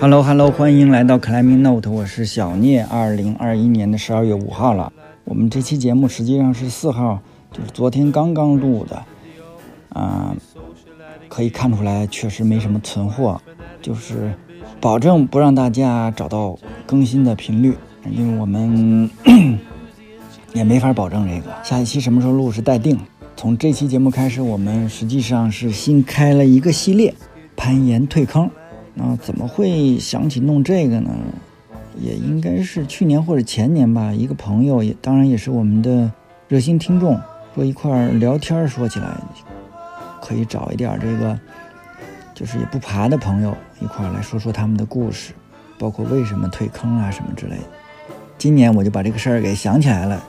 Hello Hello，欢迎来到 Climbing Note，我是小聂。二零二一年的十二月五号了，我们这期节目实际上是四号，就是昨天刚刚录的。啊、可以看出来确实没什么存货，就是保证不让大家找到更新的频率，因为我们也没法保证这个。下一期什么时候录是待定。从这期节目开始，我们实际上是新开了一个系列，攀岩退坑。那怎么会想起弄这个呢？也应该是去年或者前年吧。一个朋友也当然也是我们的热心听众，说一块儿聊天儿说起来，可以找一点儿这个就是也不爬的朋友一块儿来说说他们的故事，包括为什么退坑啊什么之类的。今年我就把这个事儿给想起来了。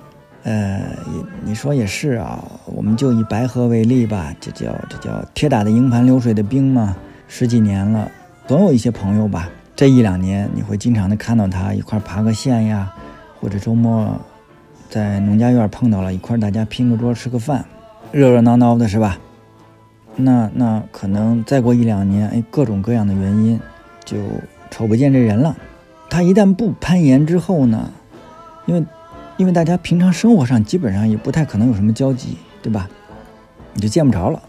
呃，也你说也是啊，我们就以白河为例吧，这叫这叫铁打的营盘流水的兵嘛，十几年了，总有一些朋友吧，这一两年你会经常的看到他一块儿爬个线呀，或者周末在农家院碰到了一块儿，大家拼个桌吃个饭，热热闹闹的是吧？那那可能再过一两年，哎，各种各样的原因，就瞅不见这人了。他一旦不攀岩之后呢，因为因为大家平常生活上基本上也不太可能有什么交集，对吧？你就见不着了。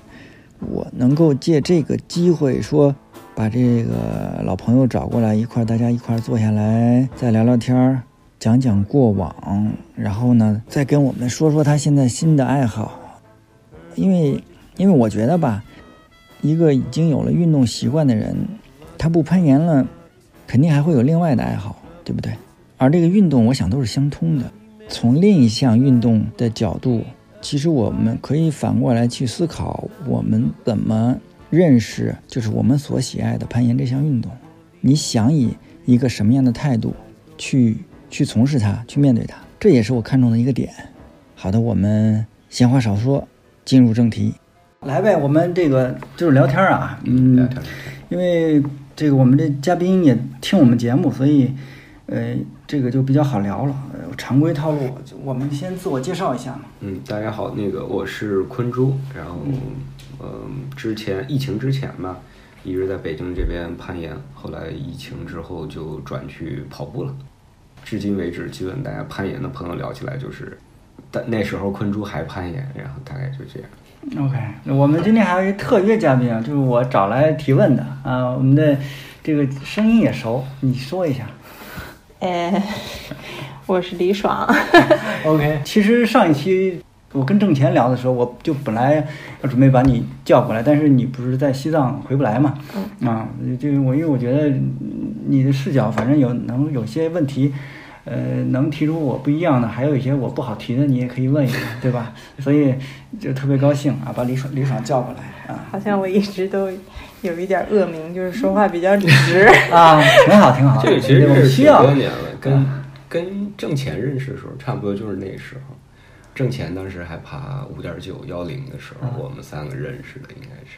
我能够借这个机会说，把这个老朋友找过来一块儿，大家一块儿坐下来再聊聊天儿，讲讲过往，然后呢，再跟我们说说他现在新的爱好，因为因为我觉得吧，一个已经有了运动习惯的人，他不攀岩了，肯定还会有另外的爱好，对不对？而这个运动，我想都是相通的。从另一项运动的角度，其实我们可以反过来去思考，我们怎么认识，就是我们所喜爱的攀岩这项运动。你想以一个什么样的态度去去从事它，去面对它，这也是我看重的一个点。好的，我们闲话少说，进入正题。来呗，我们这个就是聊天啊，嗯，聊天聊因为这个我们这嘉宾也听我们节目，所以呃，这个就比较好聊了。呃常规套路，就我们先自我介绍一下嘛。嗯，大家好，那个我是坤珠，然后嗯，之前疫情之前吧，一直在北京这边攀岩，后来疫情之后就转去跑步了。至今为止，基本大家攀岩的朋友聊起来就是，但那时候坤珠还攀岩，然后大概就这样。 OK，我们今天还有一特约嘉宾啊，就是我找来提问的啊，我们的这个声音也熟，你说一下。哎，我是李爽， OK，其实上一期我跟郑钱聊的时候，我就本来要准备把你叫过来，但是你不是在西藏回不来嘛？啊，就我因为我觉得你的视角，反正有能有些问题。呃，能提出我不一样的，还有一些我不好提的，你也可以问一问，对吧？所以就特别高兴啊，把李爽李爽叫过来 啊好像我一直都有一点恶名，就是说话比较理直。 啊，挺好挺好，这个其实我认们识需挺要多年了，跟跟挣钱认识的时候差不多，就是那时候。挣钱当时还爬五点九幺零的时候，嗯我们三个认识的应该是。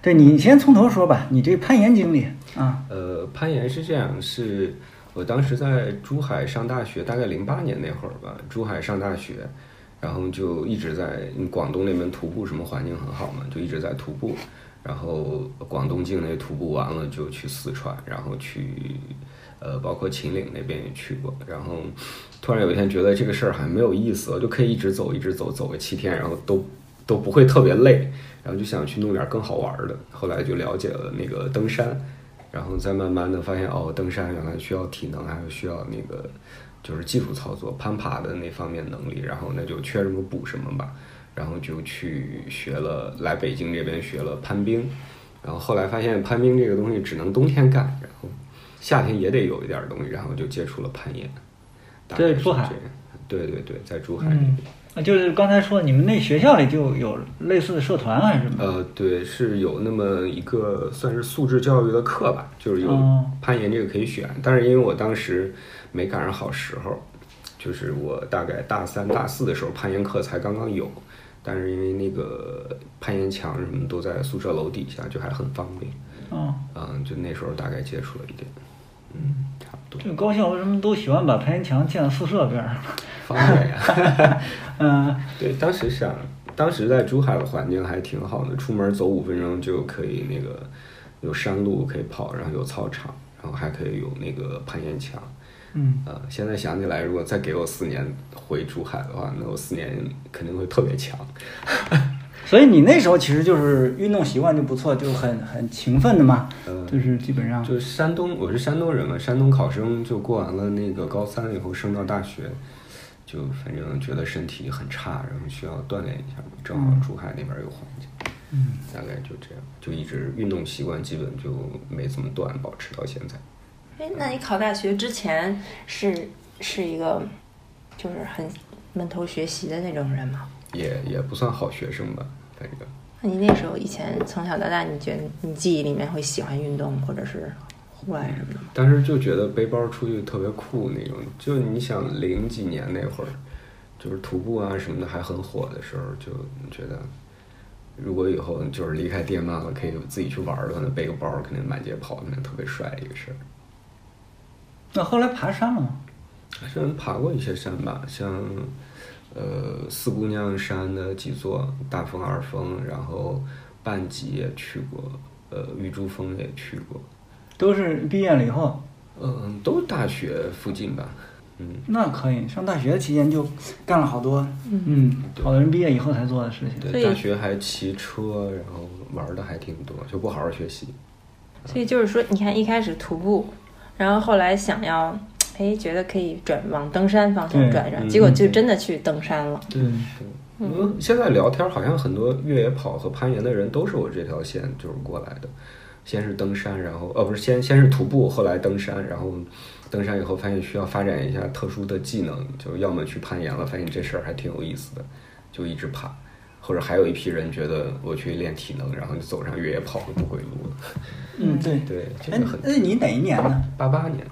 对你先从头说吧，你这攀岩经历啊，呃，攀岩是这样，是我当时在珠海上大学，大概零八年那会儿吧，珠海上大学，然后就一直在嗯广东那边徒步，什么环境很好嘛，就一直在徒步。然后广东境内徒步完了，就去四川，然后去呃，包括秦岭那边也去过。然后突然有一天觉得这个事儿还没有意思，我就可以一直走，一直走，走个七天，然后都都不会特别累。然后就想去弄点更好玩儿的，后来就了解了那个登山，然后再慢慢的发现哦，登山原来需要体能，还有需要那个就是技术操作、攀爬的那方面能力，然后那就缺什么补什么吧，然后就去学了，来北京这边学了攀冰，然后后来发现攀冰这个东西只能冬天干，然后夏天也得有一点儿东西，然后就接触了攀岩，大概在是珠海这样，对对对，在珠海这边。嗯，就是刚才说你们那学校里就有类似的社团还是什么？呃，对，是有那么一个算是素质教育的课吧，就是有哦攀岩这个可以选，但是因为我当时没赶上好时候，就是我大概大三、大四的时候攀岩课才刚刚有，但是因为那个攀岩墙什么都在宿舍楼底下，就还很方便，嗯，嗯，就那时候大概接触了一点，嗯，差不多，这高校为什么都喜欢把攀岩墙建到宿舍边儿？ 方便呀。嗯，对，当时想，当时在珠海的环境还挺好的，出门走五分钟就可以那个有山路可以跑，然后有操场，然后还可以有那个攀岩墙。嗯，呃，现在想起来，如果再给我四年回珠海的话，那我四年肯定会特别强。所以你那时候其实就是运动习惯就不错，就很很勤奋的嘛，呃就是基本上就是山东，我是山东人嘛，山东考生就过完了那个高三以后升到大学，就反正觉得身体很差，然后需要锻炼一下嘛。正好珠海那边有环境，嗯，大概就这样，就一直运动习惯基本就没怎么断，保持到现在。哎，那你考大学之前是是一个就是很闷头学习的那种人吗？也也不算好学生吧，反正那你那时候以前从小到大，你觉得你记忆里面会喜欢运动或者是户外什么的吗？当时就觉得背包出去特别酷那种。就你想零几年那会儿，就是徒步啊什么的还很火的时候，就觉得如果以后就是离开爹妈了，可以自己去玩儿的话，那背个包肯定满街跑，那特别帅一个事儿。那后来爬山了吗？还是爬过一些山吧，像呃四姑娘山的几座，大峰、二峰，然后半脊也去过，呃玉珠峰也去过，都是毕业了以后，嗯、都是大学附近吧，嗯。那可以上大学期间就干了好多，嗯，好多人毕业以后才做的事情。所对，以大学还骑车，然后玩的还挺多，就不好好学习。所以就是说，你看一开始徒步，然后后来想要，哎，觉得可以转往登山方向对转一嗯转，结果就真的去登山了。对，对，嗯，现在聊天好像很多越野跑和攀岩的人都是我这条线就是过来的，先是登山，然后呃不是先先是徒步，后来登山，然后登山以后发现需要发展一下特殊的技能，就要么去攀岩了，发现这事儿还挺有意思的，就一直爬。或者还有一批人觉得我去练体能，然后就走上越野跑和不归路了。嗯对。对，这哎个很，那你哪一年呢？八八年，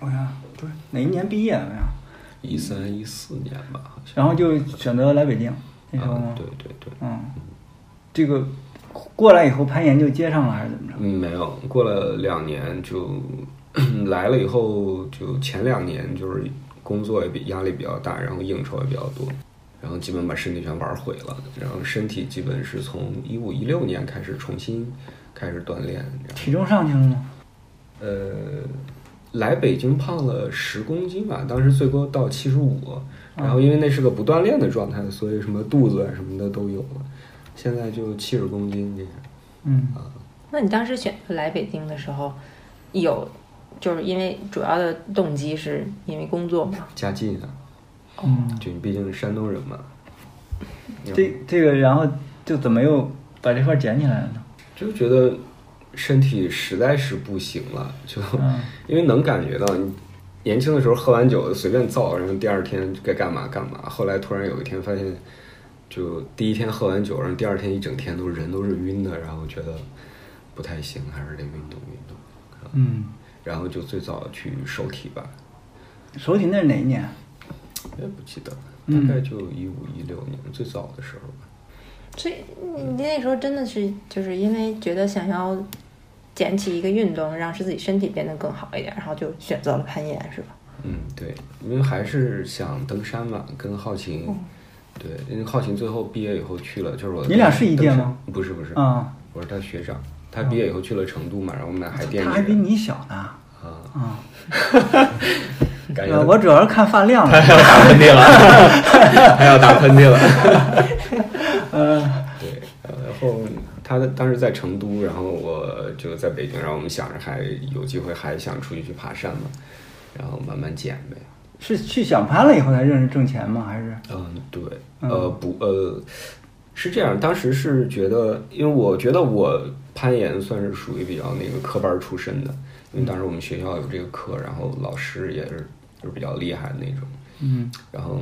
我想想不是哪一年毕业我想想，一三一四年吧，好像。然后就选择来北京，哎那时候啊吗，对？对对，嗯，这个过来以后攀岩就接上了还是怎么着？嗯，没有，过了两年就 来了以后，就前两年就是工作也比压力比较大，然后应酬也比较多，然后基本把身体全玩毁了，然后身体基本是从一五一六年开始重新开始锻炼，然后体重上去了吗？呃，来北京胖了十公斤吧，当时最高到七十五，然后因为那是个不锻炼的状态，所以什么肚子啊什么的都有了，现在就七十公斤啊这样。嗯，那你当时选择来北京的时候，有就是因为主要的动机是因为工作嘛？家境啊，嗯就你毕竟是山东人嘛，这这个然后就怎么又把这块捡起来了呢？就觉得身体实在是不行了，就、嗯因为能感觉到你年轻的时候喝完酒随便造，然后第二天该干嘛干嘛，后来突然有一天发现，就第一天喝完酒，然后第二天一整天都人都是晕的，然后觉得不太行，还是得运动运动，嗯，然后就最早去手体吧，首体那是哪一年？也不记得了，嗯大概就一五一六年最早的时候吧。所以你那时候真的是就是因为觉得想要捡起一个运动，让自己身体变得更好一点，然后就选择了攀岩，是吧？嗯，对，因为还是想登山嘛，跟浩琴，对，因为浩琴最后毕业以后去了，就是我。你俩是一届吗？不是不是，啊，我是他学长，他毕业以后去了成都嘛，然后我们俩还惦他记。还比你小呢。啊，啊，感觉呃我主要是看发量 了。他要打喷嚏了，他要打喷嚏了。 呃，对，呃然后他当时在成都，然后我就在北京，然后我们想着还有机会还想出去去爬山嘛，然后慢慢减呗。是去想攀了以后才认识挣钱吗？还 是嗯，对，嗯呃，不，呃，是这样，当时是觉得，因为我觉得我攀岩算是属于比较那个科班出身的，因为当时我们学校有这个课，然后老师也是就是比较厉害的那种，嗯然后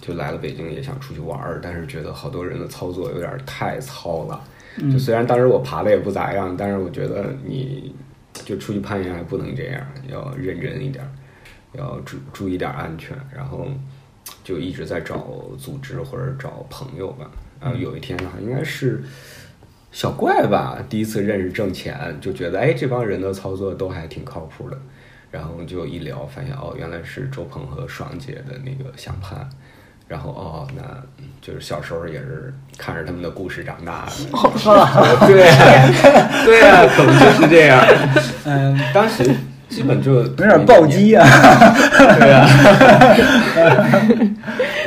就来了北京，也想出去玩儿，但是觉得好多人的操作有点太糙了。嗯就虽然当时我爬的也不咋样，但是我觉得你就出去攀岩还不能这样，要认真一点儿，要注注意点儿安全。然后就一直在找组织或者找朋友吧。然嗯后有一天啊，应该是小怪吧，第一次认识挣钱，就觉得哎，这帮人的操作都还挺靠谱的。然后就一聊，发现哦，原来是周鹏和爽姐的那个想攀，然后哦，那嗯就是小时候也是看着他们的故事长大的，哦对啊 对呀、可不就是这样。嗯，当时基本就有点暴击啊， 对啊呀、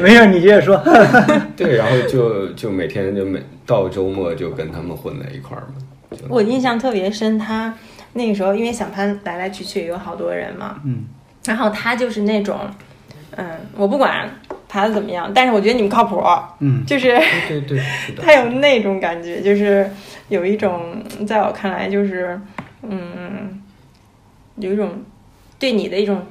没事，你接着说。对，然后就就每天就每到周末就跟他们混在一块儿嘛，就我印象特别深，他那个时候因为响潘来来去去也有好多人嘛，嗯，然后他就是那种，嗯，我不管爬的怎么样，但是我觉得你们靠谱，嗯，就是对对对，是的，他有那种感觉，就是有一种在我看来就是，嗯，有一种对你的一种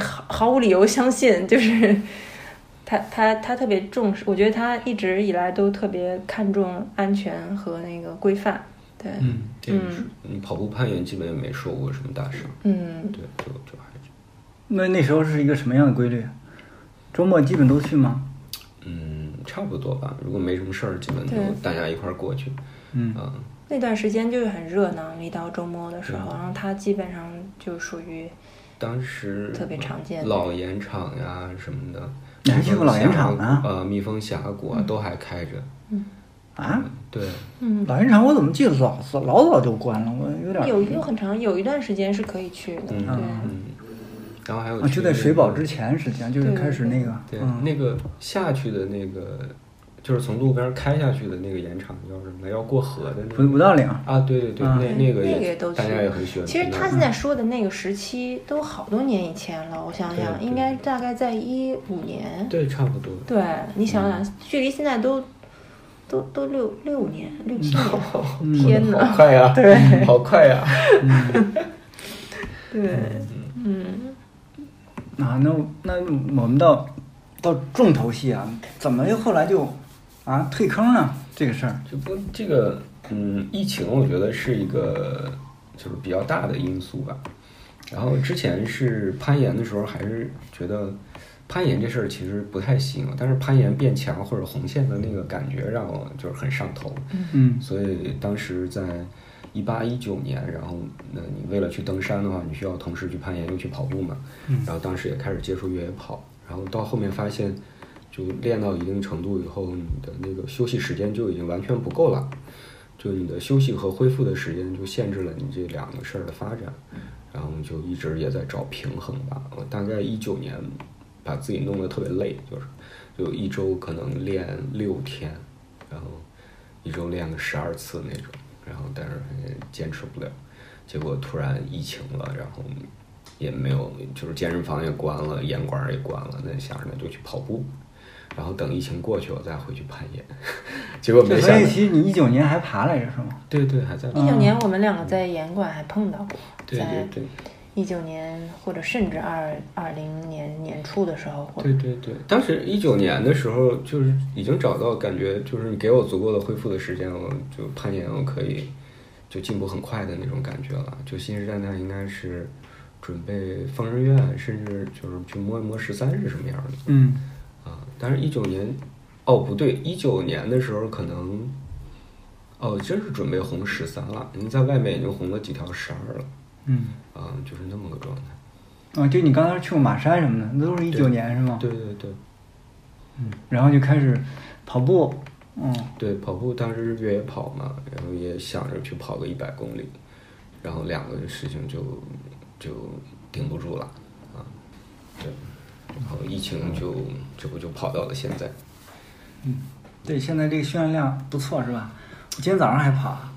毫毫无理由相信，就是 他他他特别重视，我觉得他一直以来都特别看重安全和那个规范，对，嗯，这个是，嗯，跑步攀岩基本也没受过什么大伤，嗯，对，就就还是，那那时候是一个什么样的规律？啊周末基本都去吗？嗯，差不多吧。如果没什么事儿，基本就对大家一块儿过去，嗯嗯，那段时间就是很热闹，一到周末的时候，然后他基本上就属于当时特别常见老盐场呀、什么的，你还去过老盐场呢嗯呃，蜜蜂峡谷啊，都还开着。嗯啊，对，老人场我怎么记得老早老早就关了，我有点有有很长有一段时间是可以去的，嗯对。嗯，然后还有啊，就在去水保之前，实际上就是开始那个，对，嗯，那个下去的那个，就是从路边儿开下去的那个盐场叫什么？要过河的那回个五道岭，啊？对对对，啊那那个那个也都大去家也很喜欢去其那实儿。他现在说的那个时期都好多年以前了，我想想，对应该大概在一五年。对嗯差不多，对，你想想，距离现在都都都六六年、六七嗯年了，好天哪！快 呀！对，好快呀！对，嗯，啊，那那我们到到重头戏啊，怎么又后来就啊退坑呢？这个事儿，就不这个，嗯，疫情我觉得是一个就是比较大的因素吧。然后之前是攀岩的时候，还是觉得攀岩这事儿其实不太行，但是攀岩变强或者红线的那个感觉让我就是很上头。嗯所以当时在一八一九年，然后那你为了去登山的话，你需要同时去攀岩又去跑步嘛。嗯然后当时也开始接触越野跑，然后到后面发现，就练到一定程度以后，你的那个休息时间就已经完全不够了，就你的休息和恢复的时间就限制了你这两个事儿的发展，然后就一直也在找平衡吧。我大概一九年把自己弄得特别累，就是就一周可能练六天，然后一周练个十二次那种，然后但是还坚持不了，结果突然疫情了，然后也没有，就是健身房也关了，严管儿也关了，那想着那就去跑步，然后等疫情过去我再回去攀岩，结果没所想以到，其实你一九年还爬来着是吗？对对，还在一九年我们两个在严管还碰到过，对在对对一九年或者甚至二二零年年初的时候，或者对对对，当时一九年的时候就是已经找到感觉，就是你给我足够的恢复的时间，我就攀岩我可以就进步很快的那种感觉了。就新时代那应该是准备疯人院，甚至就是去摸一摸十三是什么样的。嗯，啊，但是一九年，哦不对，一九年的时候可能，哦真是准备红十三了，您在外面已经红了几条十二了，嗯，啊，就是那么个状态。啊，就你刚才去过马山什么的，那都是一九年是吗？对对对嗯，然后就开始跑步，嗯，对，跑步当时是越野跑嘛，然后也想着去跑个一百公里，然后两个事情就就顶不住了啊，对，然后疫情就这不就跑到了现在。对，现在这个训练量不错是吧？我今天早上还跑了，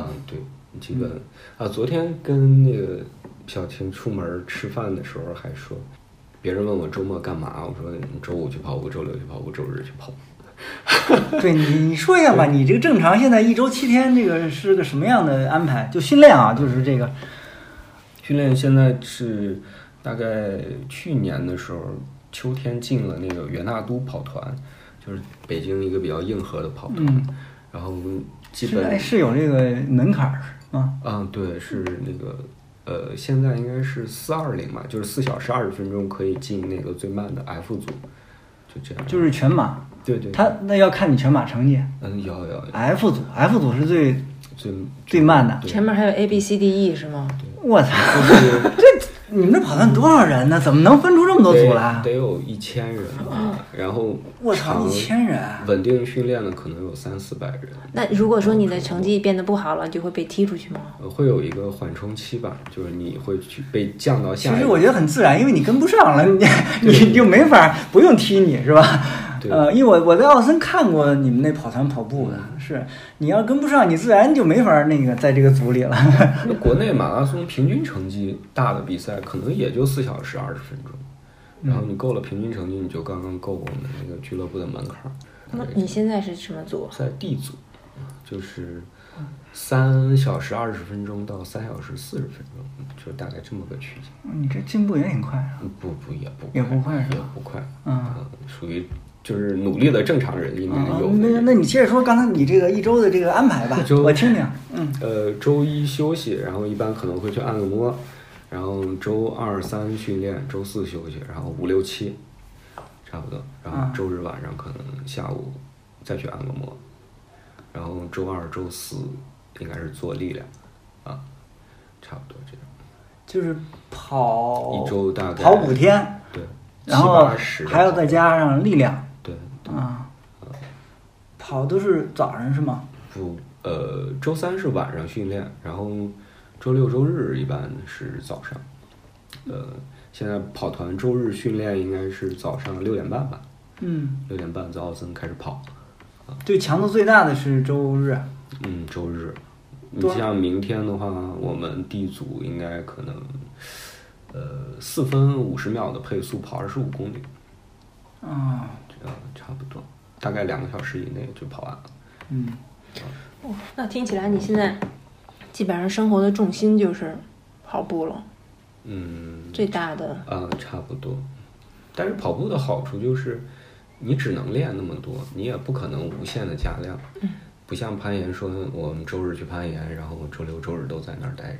啊，对，基本啊，昨天跟那个小婷出门吃饭的时候还说，别人问我周末干嘛，我说你周五去跑步，周六去跑步，周日去跑步。对你，你说一下 吧，你这个正常现在一周七天，这个是个什么样的安排？就训练啊，就是这个，训练现在是大概去年的时候，秋天进了那个元大都跑团，就是北京一个比较硬核的跑团，嗯，然后基是哎本是有这个门槛儿啊，啊，对，是那个。呃，现在应该是四二零嘛，就是四小时二十分钟可以进那个最慢的 F 组，就这样。就是全马，对对，他那要看你全马成绩嗯，有有，F 组，F 组是最，最最慢的对前面还有 A B C D E 是吗？我操，就是 这你们这跑团多少人呢？怎么能分出这么多组啊来得？得有一千人吧，然后我操，常一千人！啊稳定训练的可能有三四百人，那如果说你的成绩变得不好了，你就会被踢出去吗？呃会有一个缓冲期吧，就是你会去被降到其下一实个。我觉得很自然，因为你跟不上了， 你你就没法不用踢你是吧？对呃，因为我我在奥森看过你们那跑团跑步的，是你要跟不上，你自然就没法那个在这个组里了。 那国内马拉松平均成绩大的比赛，可能也就四小时二十分钟，然嗯后你够了平均成绩，你就刚刚够我们那个俱乐部的门槛儿。那你现在是什么组？在 D 组，就是三小时二十分钟到三小时四十分钟，就大概这么个区间。你这进步也挺快啊。不不也不也不快是吧也不快，呃嗯，属于就是努力的正常人应该啊有的那人。那你接着说刚才你这个一周的这个安排吧一，周我听听。嗯，呃，周一休息，然后一般可能会去按个摩，然后周二三训练，周四休息，然后五六七，差不多，然啊后周日晚上可能下午再去按个摩，然后周二周四应该是做力量，啊，差不多这样，就是跑一周大哦概跑五天，对，然七后八十还要再加上力量对，啊。跑都是早上是吗？不呃，周三是晚上训练，然后周六周日一般是早上，呃，现在跑团周日训练应该是早上六点半吧。嗯，六点半在奥森开始跑，对，强度最大的是周日。啊嗯，周日。你对啊像明天的话，我们 D 组应该可能，呃，四分五十秒的配速跑二十五公里，啊，这样差不多，大概两个小时以内就跑完了。嗯，哦，那听起来你现在基本上生活的重心就是跑步了，嗯，最大的啊，差不多。但是跑步的好处就是，你只能练那么多，你也不可能无限的加量。不像攀岩说，我们周日去攀岩，然后我周六周日都在那儿待着。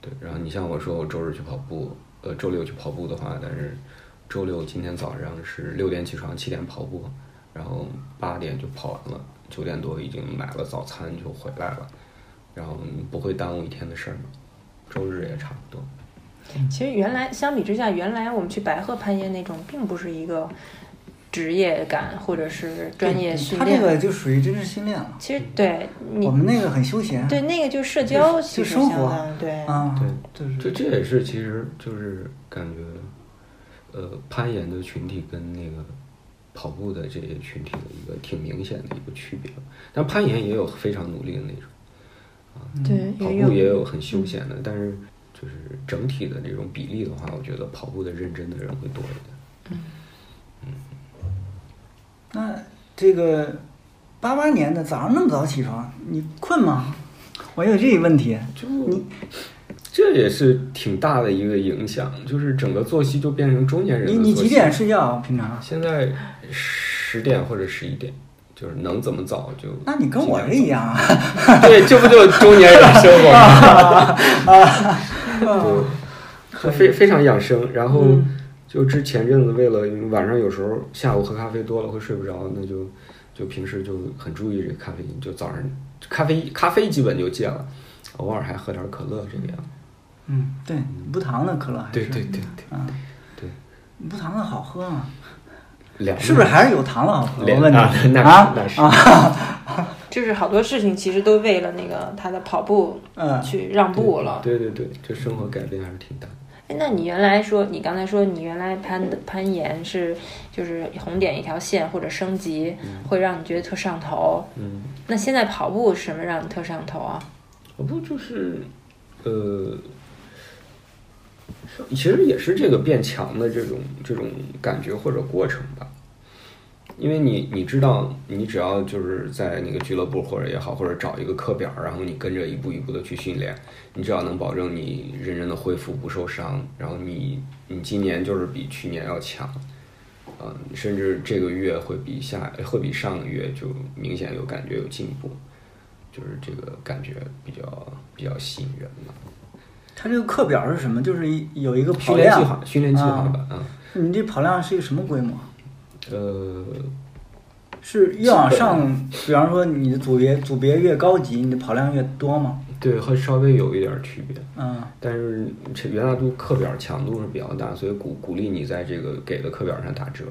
对，然后你像我说，我周日去跑步，呃，周六去跑步的话，但是周六今天早上是六点起床，七点跑步，然后八点就跑完了，九点多已经买了早餐就回来了，然后不会耽误一天的事儿嘛。周日也差不多。其实原来相比之下，原来我们去白鹤攀岩那种，并不是一个职业感或者是专业训他练。这个就属于真是训练了。其实对你我们那个很休闲。对那个就社交就其实生相活当对。嗯啊，对，就是这这也是其实就是感觉，呃，攀岩的群体跟那个跑步的这些群体的一个挺明显的一个区别吧。但攀岩也有非常努力的那种，嗯对，跑也步也有有很休闲的，但是就是整体的这种比例的话，我觉得跑步的认真的人会多一点。那这个八八年的早上那么早起床，你困吗？我有这一问题。就 这也是挺大的一个影响，就是整个作息就变成中年人的你作息。你几点睡觉啊平常？现在十点或者十一点，就是能怎么早就。那你跟我这一样啊。 对，这不就中年人生活吗？对，就非非常养生。然后嗯就之前阵子为了晚上有时候下午喝咖啡多了会睡不着，那就就平时就很注意这个咖啡因，就早上咖啡咖啡基本就戒了，偶尔还喝点可乐这个样。 嗯，对，无糖的可乐还是对啊，对，无糖的好喝吗？凉是不是还是有糖的好喝？我凉问你啊那啊是那是啊，就是好多事情其实都为了那个他的跑步嗯去让步了。对对对，这生活改变还是挺大的。哎，那你原来说，你刚才说你原来攀的攀岩是就是红点一条线或者升级，嗯会让你觉得特上头。嗯。那现在跑步什么让你特上头啊？我不就是，呃，其实也是这个变强的这种这种感觉或者过程吧。因为你你知道，你只要就是在那个俱乐部或者也好，或者找一个课表，然后你跟着一步一步的去训练，你只要能保证你认真的恢复不受伤，然后你你今年就是比去年要强，嗯、甚至这个月会比下会比上个月就明显有感觉有进步，就是这个感觉比较比较吸引人吧。它这个课表是什么？就是一有一个跑训练计量划，，训练计划啊吧，啊，你这跑量是一个什么规模？呃，是越往上，比方说你的组别组别越高级，你的跑量越多吗？对，会稍微有一点区别。嗯但是这元大都课表强度是比较大，所以鼓鼓励你在这个给的课表上打折。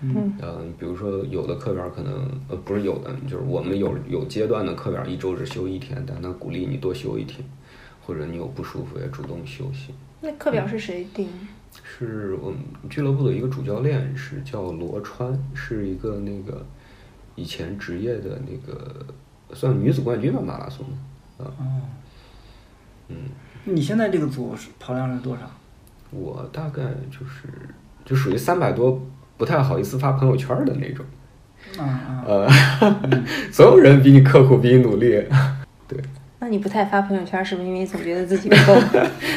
嗯呃，比如说有的课表可能呃不是有的，就是我们有有阶段的课表一周只休一天，但他鼓励你多休一天，或者你有不舒服也主动休息。那课表是谁定？是我们俱乐部的一个主教练，是叫罗川，是一个那个以前职业的那个算女子冠军吧马拉松，啊、哦，嗯，你现在这个组是跑量是多少？我大概就是就属于三百多不太好意思发朋友圈的那种，啊啊，呃，所有人比你刻苦，比你努力，对，那你不太发朋友圈，是不是因为你总觉得自己不 够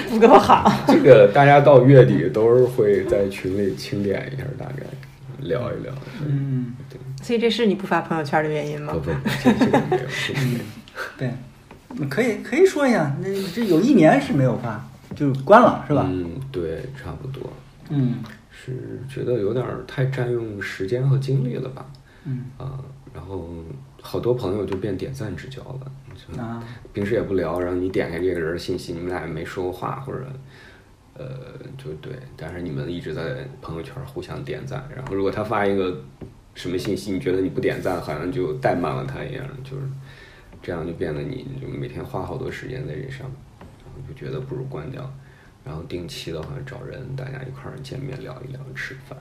不够好？这个大家到月底都是会在群里清点一下，大概聊一聊，嗯，对， 所以这是你不发朋友圈的原因吗不？不，这这个 没有，这个没嗯有。对，可以可以说一下，那这有一年是没有发，就是关了是吧？嗯，对，差不多嗯是觉得有点儿太占用时间和精力了吧？嗯啊，然后好多朋友就变点赞之交了，就啊，平时也不聊，然后你点开这个人的信息，你们俩也没说过话，或者呃，就对，但是你们一直在朋友圈互相点赞，然后如果他发一个什么信息，你觉得你不点赞，好像就怠慢了他一样，就是这样就变得你就每天花好多时间在这上面，然后就觉得不如关掉。然后定期的话找人，大家一块儿见面聊一聊，吃饭，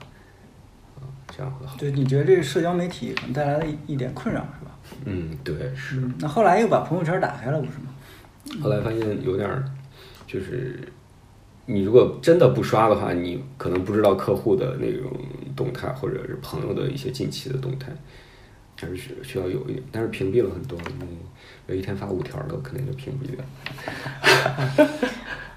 啊，这样会好。就你觉得这个社交媒体可能带来的一一点困扰是吧？嗯，对，是。嗯，那后来又把朋友圈打开了，不是吗？后来发现有点，儿，就是你如果真的不刷的话，你可能不知道客户的那种动态，或者是朋友的一些近期的动态，还是需需要有一点。但是屏蔽了很多，你有一天发五条的，我肯定就屏蔽掉。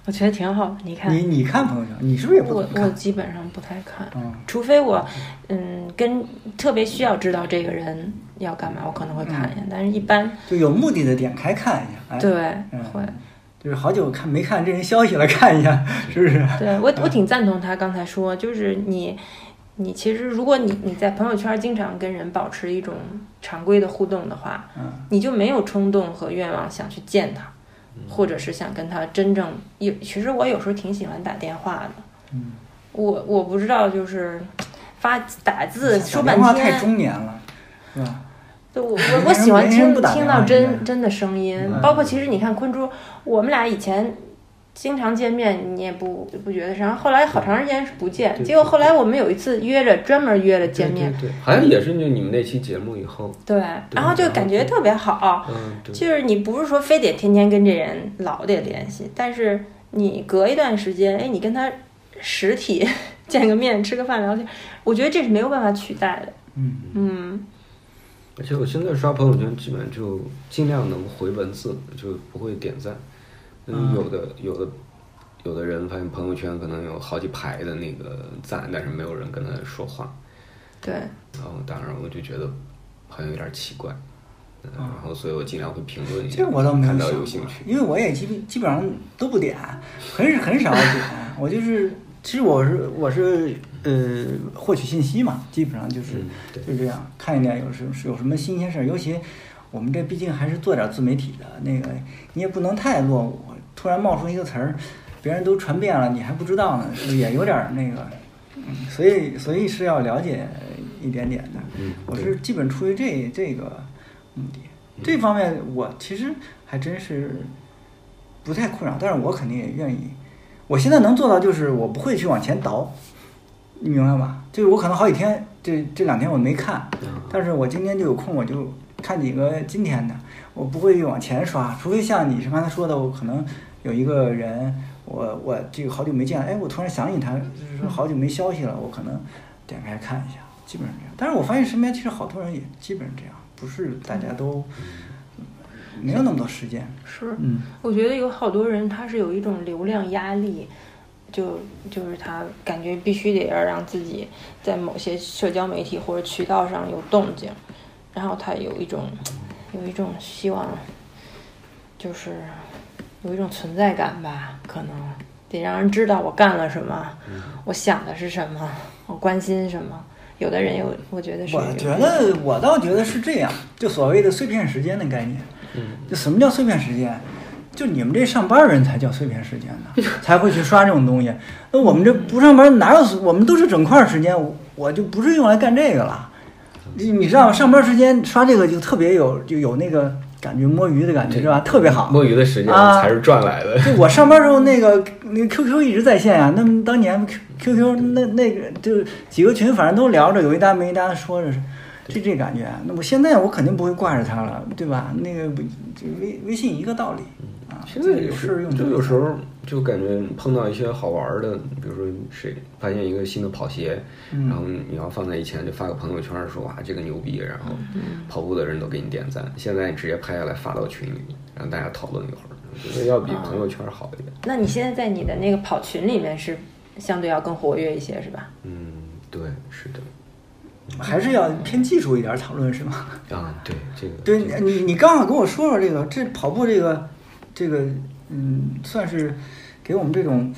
我觉得挺好。你看，你你看朋友圈，你是不是也不我怎么我看？基本上不太看，嗯除非我嗯跟特别需要知道这个人要干嘛，我可能会看一下，但是一般就有目的的点开看一下，嗯哎，对嗯会。就是好久看没看这人消息了，看一下是不是？ 对我，我挺赞同他刚才说，就是你，你其实如果你你在朋友圈经常跟人保持一种常规的互动的话，嗯你就没有冲动和愿望想去见他，或者是想跟他真正有。其实我有时候挺喜欢打电话的，嗯，我我不知道就是发打字说打嗯半电话太天，中年了，是吧？对我没我我人喜欢没人听不打听电话到应该真真的声音，嗯包括其实你看坤珠，我们俩以前。经常见面，你也不不觉得啥。然后后来好长时间是不见，对结果后来我们有一次约着专门约了见面，对对对，好像也是就你们那期节目以后，对，然后就然后感觉就特别好。嗯，对，就是你不是说非得天天跟这人老得联系，但是你隔一段时间，哎，你跟他实体 见个面、吃个饭、聊天，我觉得这是没有办法取代的。嗯嗯，而且我现在刷朋友圈，基本就尽量能回文字，就不会点赞。嗯，嗯有的有的有的人发现朋友圈可能有好几排的那个赞，但是没有人跟他说话，对，然后当然我就觉得好像有点奇怪，嗯，然后所以我尽量会评论一下，哦这我倒没有看想到过有兴趣。因为我也基本基本上都不点，很很少 点。我就是，其实我是我是呃获取信息嘛，基本上就是、嗯就对这样，看一点有什么有什么新鲜事儿。尤其我们这毕竟还是做点自媒体的，那个你也不能太落伍，突然冒出一个词儿，别人都传遍了，你还不知道呢，也有点儿那个。嗯，所以所以是要了解一点点的。嗯我对是基本出于这这个目的。这方面我其实还真是不太困扰，但是我肯定也愿意。我现在能做到就是我不会去往前倒，你明白吧？就是我可能好几天，这这两天我没看，但是我今天就有空，我就看几个今天的，我不会往前刷，除非像你是刚才说的，我可能有一个人，我我这个好久没见，哎，我突然想起他，就是说好久没消息了，我可能点开看一下，基本上这样。但是我发现身边其实好多人也基本上这样，不是大家都没有那么多时间，是。嗯我觉得有好多人他是有一种流量压力，就就是他感觉必须得要让自己在某些社交媒体或者渠道上有动静，然后他有一种有一种希望，就是有一种存在感吧，可能得让人知道我干了什么，嗯我想的是什么，我关心什么。有的人有，我觉得是有我觉得我倒觉得是这样，就所谓的碎片时间的概念。就什么叫碎片时间？就你们这上班人才叫碎片时间呢，才会去刷这种东西。那我们这不上班哪有？我们都是整块儿时间，我我就不是用来干这个了。你你知道，上班时间刷这个就特别有就有那个感觉摸鱼的感觉是吧？特别好。摸鱼的时间啊才是赚来的。就我上班时候那个那个 QQ 一直在线啊，那么当年 Q QQ 那那个就几个群，反正都聊着，有一搭没一搭地说着是，这这感觉啊。那我现在我肯定不会挂着它了，对吧？那个不就微微信一个道理啊。嗯现在也有事儿是用，就有时候就感觉碰到一些好玩儿的，比如说谁发现一个新的跑鞋，然后嗯你要放在以前就发个朋友圈儿说哇啊这个牛逼，然后跑步的人都给你点赞。现在直接拍下来发到群里，让大家讨论一会儿，我觉得要比朋友圈儿好一点。那你现在在你的那个跑群里面是相对要更活跃一些，是吧？嗯，对，是的，还是要偏技术一点儿讨论是吗？啊，对这个，对这个你，你刚好跟我说说这个，这跑步这个，这个，嗯，算是给我们这种，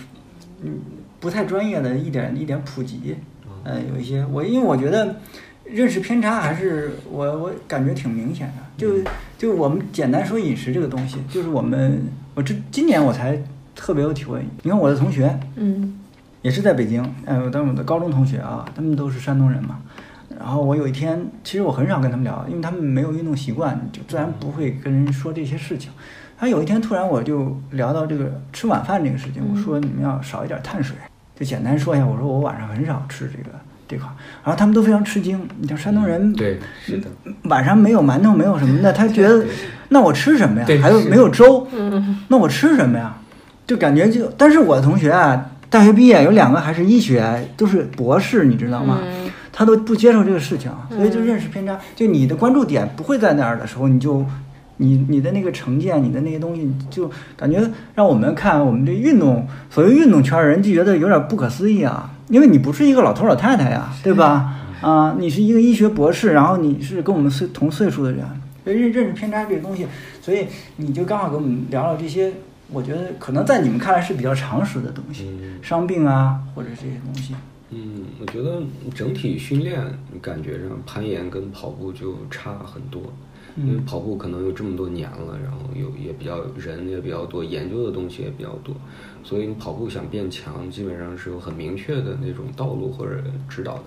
嗯，不太专业的一点一点普及。嗯、有一些我，因为我觉得认识偏差还是我我感觉挺明显的。嗯就就我们简单说饮食这个东西，就是我们我这今年我才特别有体会。你看我的同学，嗯也是在北京，呃，但是我的高中同学啊，他们都是山东人嘛。然后我有一天，其实我很少跟他们聊，因为他们没有运动习惯，就自然不会跟人说这些事情。他有一天突然我就聊到这个吃晚饭这个事情，嗯我说你们要少一点碳水，就简单说一下，我说我晚上很少吃这个这块儿，然后他们都非常吃惊。你像山东人，嗯嗯对，是的，晚上没有馒头，没有什么的，他觉得那我吃什么呀对？还有是嗯没有粥？那我吃什么呀？就感觉就，但是我的同学啊，大学毕业有两个还是医学，都是博士，你知道吗？嗯他都不接受这个事情，所以就认识偏差。就你的关注点不会在那儿的时候，你就。你你的那个成见，你的那些东西，就感觉让我们看我们这运动，所谓运动圈儿人就觉得有点不可思议啊，因为你不是一个老头老太太呀，对吧？啊，你是一个医学博士，然后你是跟我们岁同岁数的人，所以认认识偏差这个东西，所以你就刚好跟我们聊聊这些，我觉得可能在你们看来是比较常识的东西，嗯伤病啊或者这些东西。嗯，我觉得整体训练感觉上攀岩跟跑步就差很多，因为跑步可能有这么多年了，然后有也比较人也比较多，研究的东西也比较多，所以你跑步想变强，基本上是有很明确的那种道路或者指导的。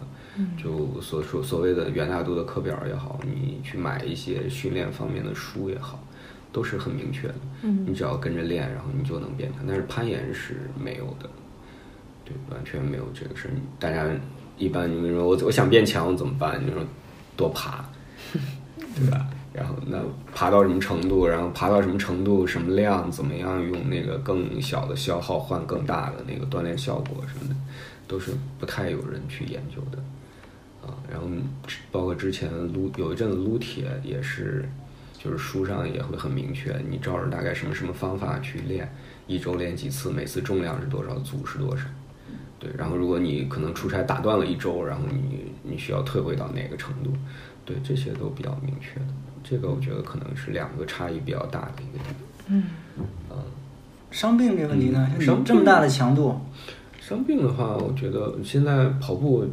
就所说所谓的原大度的课表也好，你去买一些训练方面的书也好，都是很明确的。你只要跟着练，然后你就能变强。但是攀岩是没有的，对，完全没有这个事儿。大家一般你们说我我想变强怎么办？你说多爬，对吧？然后那爬到什么程度，然后爬到什么程度，什么量，怎么样用那个更小的消耗换更大的那个锻炼效果什么的，都是不太有人去研究的啊。然后包括之前撸有一阵子撸铁也是，就是书上也会很明确，你照着大概什么什么方法去练，一周练几次，每次重量是多少，组是多少。对，然后如果你可能出差打断了一周，然后你你需要退回到哪个程度，对，这些都比较明确的。这个我觉得可能是两个差异比较大的一个点。伤病这个问题呢嗯，像伤你病这么大的强度，伤病的话，我觉得现在跑步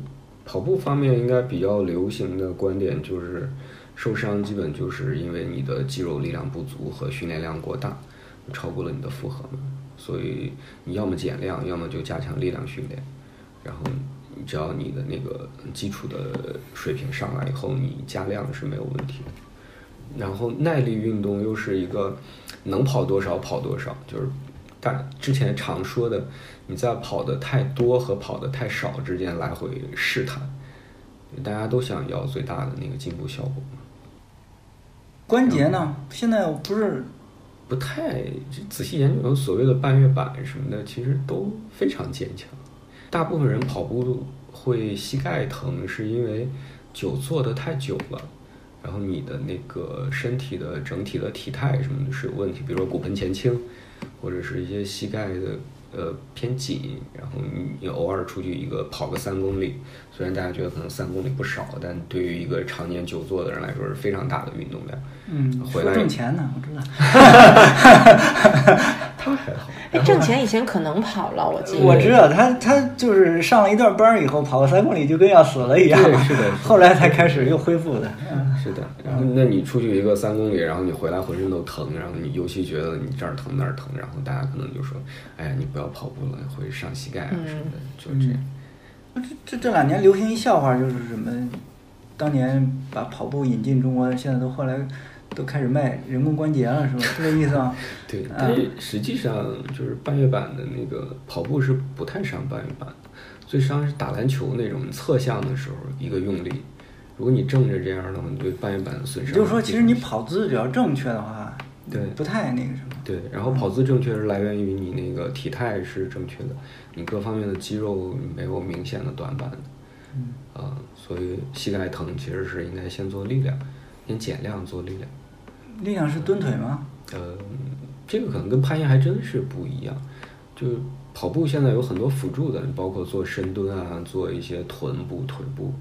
跑步方面应该比较流行的观点就是，受伤基本就是因为你的肌肉力量不足和训练量过大，超过了你的负荷嘛，所以你要么减量，要么就加强力量训练，然后只要你的那个基础的水平上来以后，你加量是没有问题的。然后耐力运动又是一个能跑多少跑多少，就是大之前常说的，你在跑的太多和跑的太少之间来回试探，大家都想要最大的那个进步效果嘛，关节呢，嗯现在不是不太仔细研究所谓的半月板什么的，其实都非常坚强。大部分人跑步会膝盖疼，是因为久坐得太久了，然后你的那个身体的整体的体态什么的是有问题，比如说骨盆前倾，或者是一些膝盖的呃偏紧，然后你你偶尔出去一个跑个三公里，虽然大家觉得可能三公里不少，但对于一个常年久坐的人来说是非常大的运动量。嗯，回说来挣钱呢，我知道。他还好。哎，挣钱以前可能跑了，我记嗯得。我知道他，他就是上了一段班儿以后，跑个三公里就跟要死了一样，对是的是的后来才开始又恢复的。嗯，是的，然后那你出去一个三公里，然后你回来浑身都疼，然后你尤其觉得你这儿疼那儿疼，然后大家可能就说，哎呀，你不要跑步了，会伤膝盖啊嗯什么的，就这样。这这这两年流行一笑话，就是什么，当年把跑步引进中国，现在都后来都开始卖人工关节了，是吧？是这意思吗？对，啊但是实际上就是半月板的那个跑步是不太伤半月板的，最伤是打篮球那种侧向的时候一个用力。如果你正着这样的话，你对半月板的损也伤。就是说，其实你跑姿只要正确的话，对不太那个什么。对，然后跑姿正确是来源于你那个体态是正确的，你各方面的肌肉没有明显的短板的，嗯啊、所以膝盖疼其实是应该先做力量，先减量做力量。力量是蹲腿吗？呃，这个可能跟攀岩还真是不一样。就跑步现在有很多辅助的，包括做深蹲啊，做一些臀部、腿部、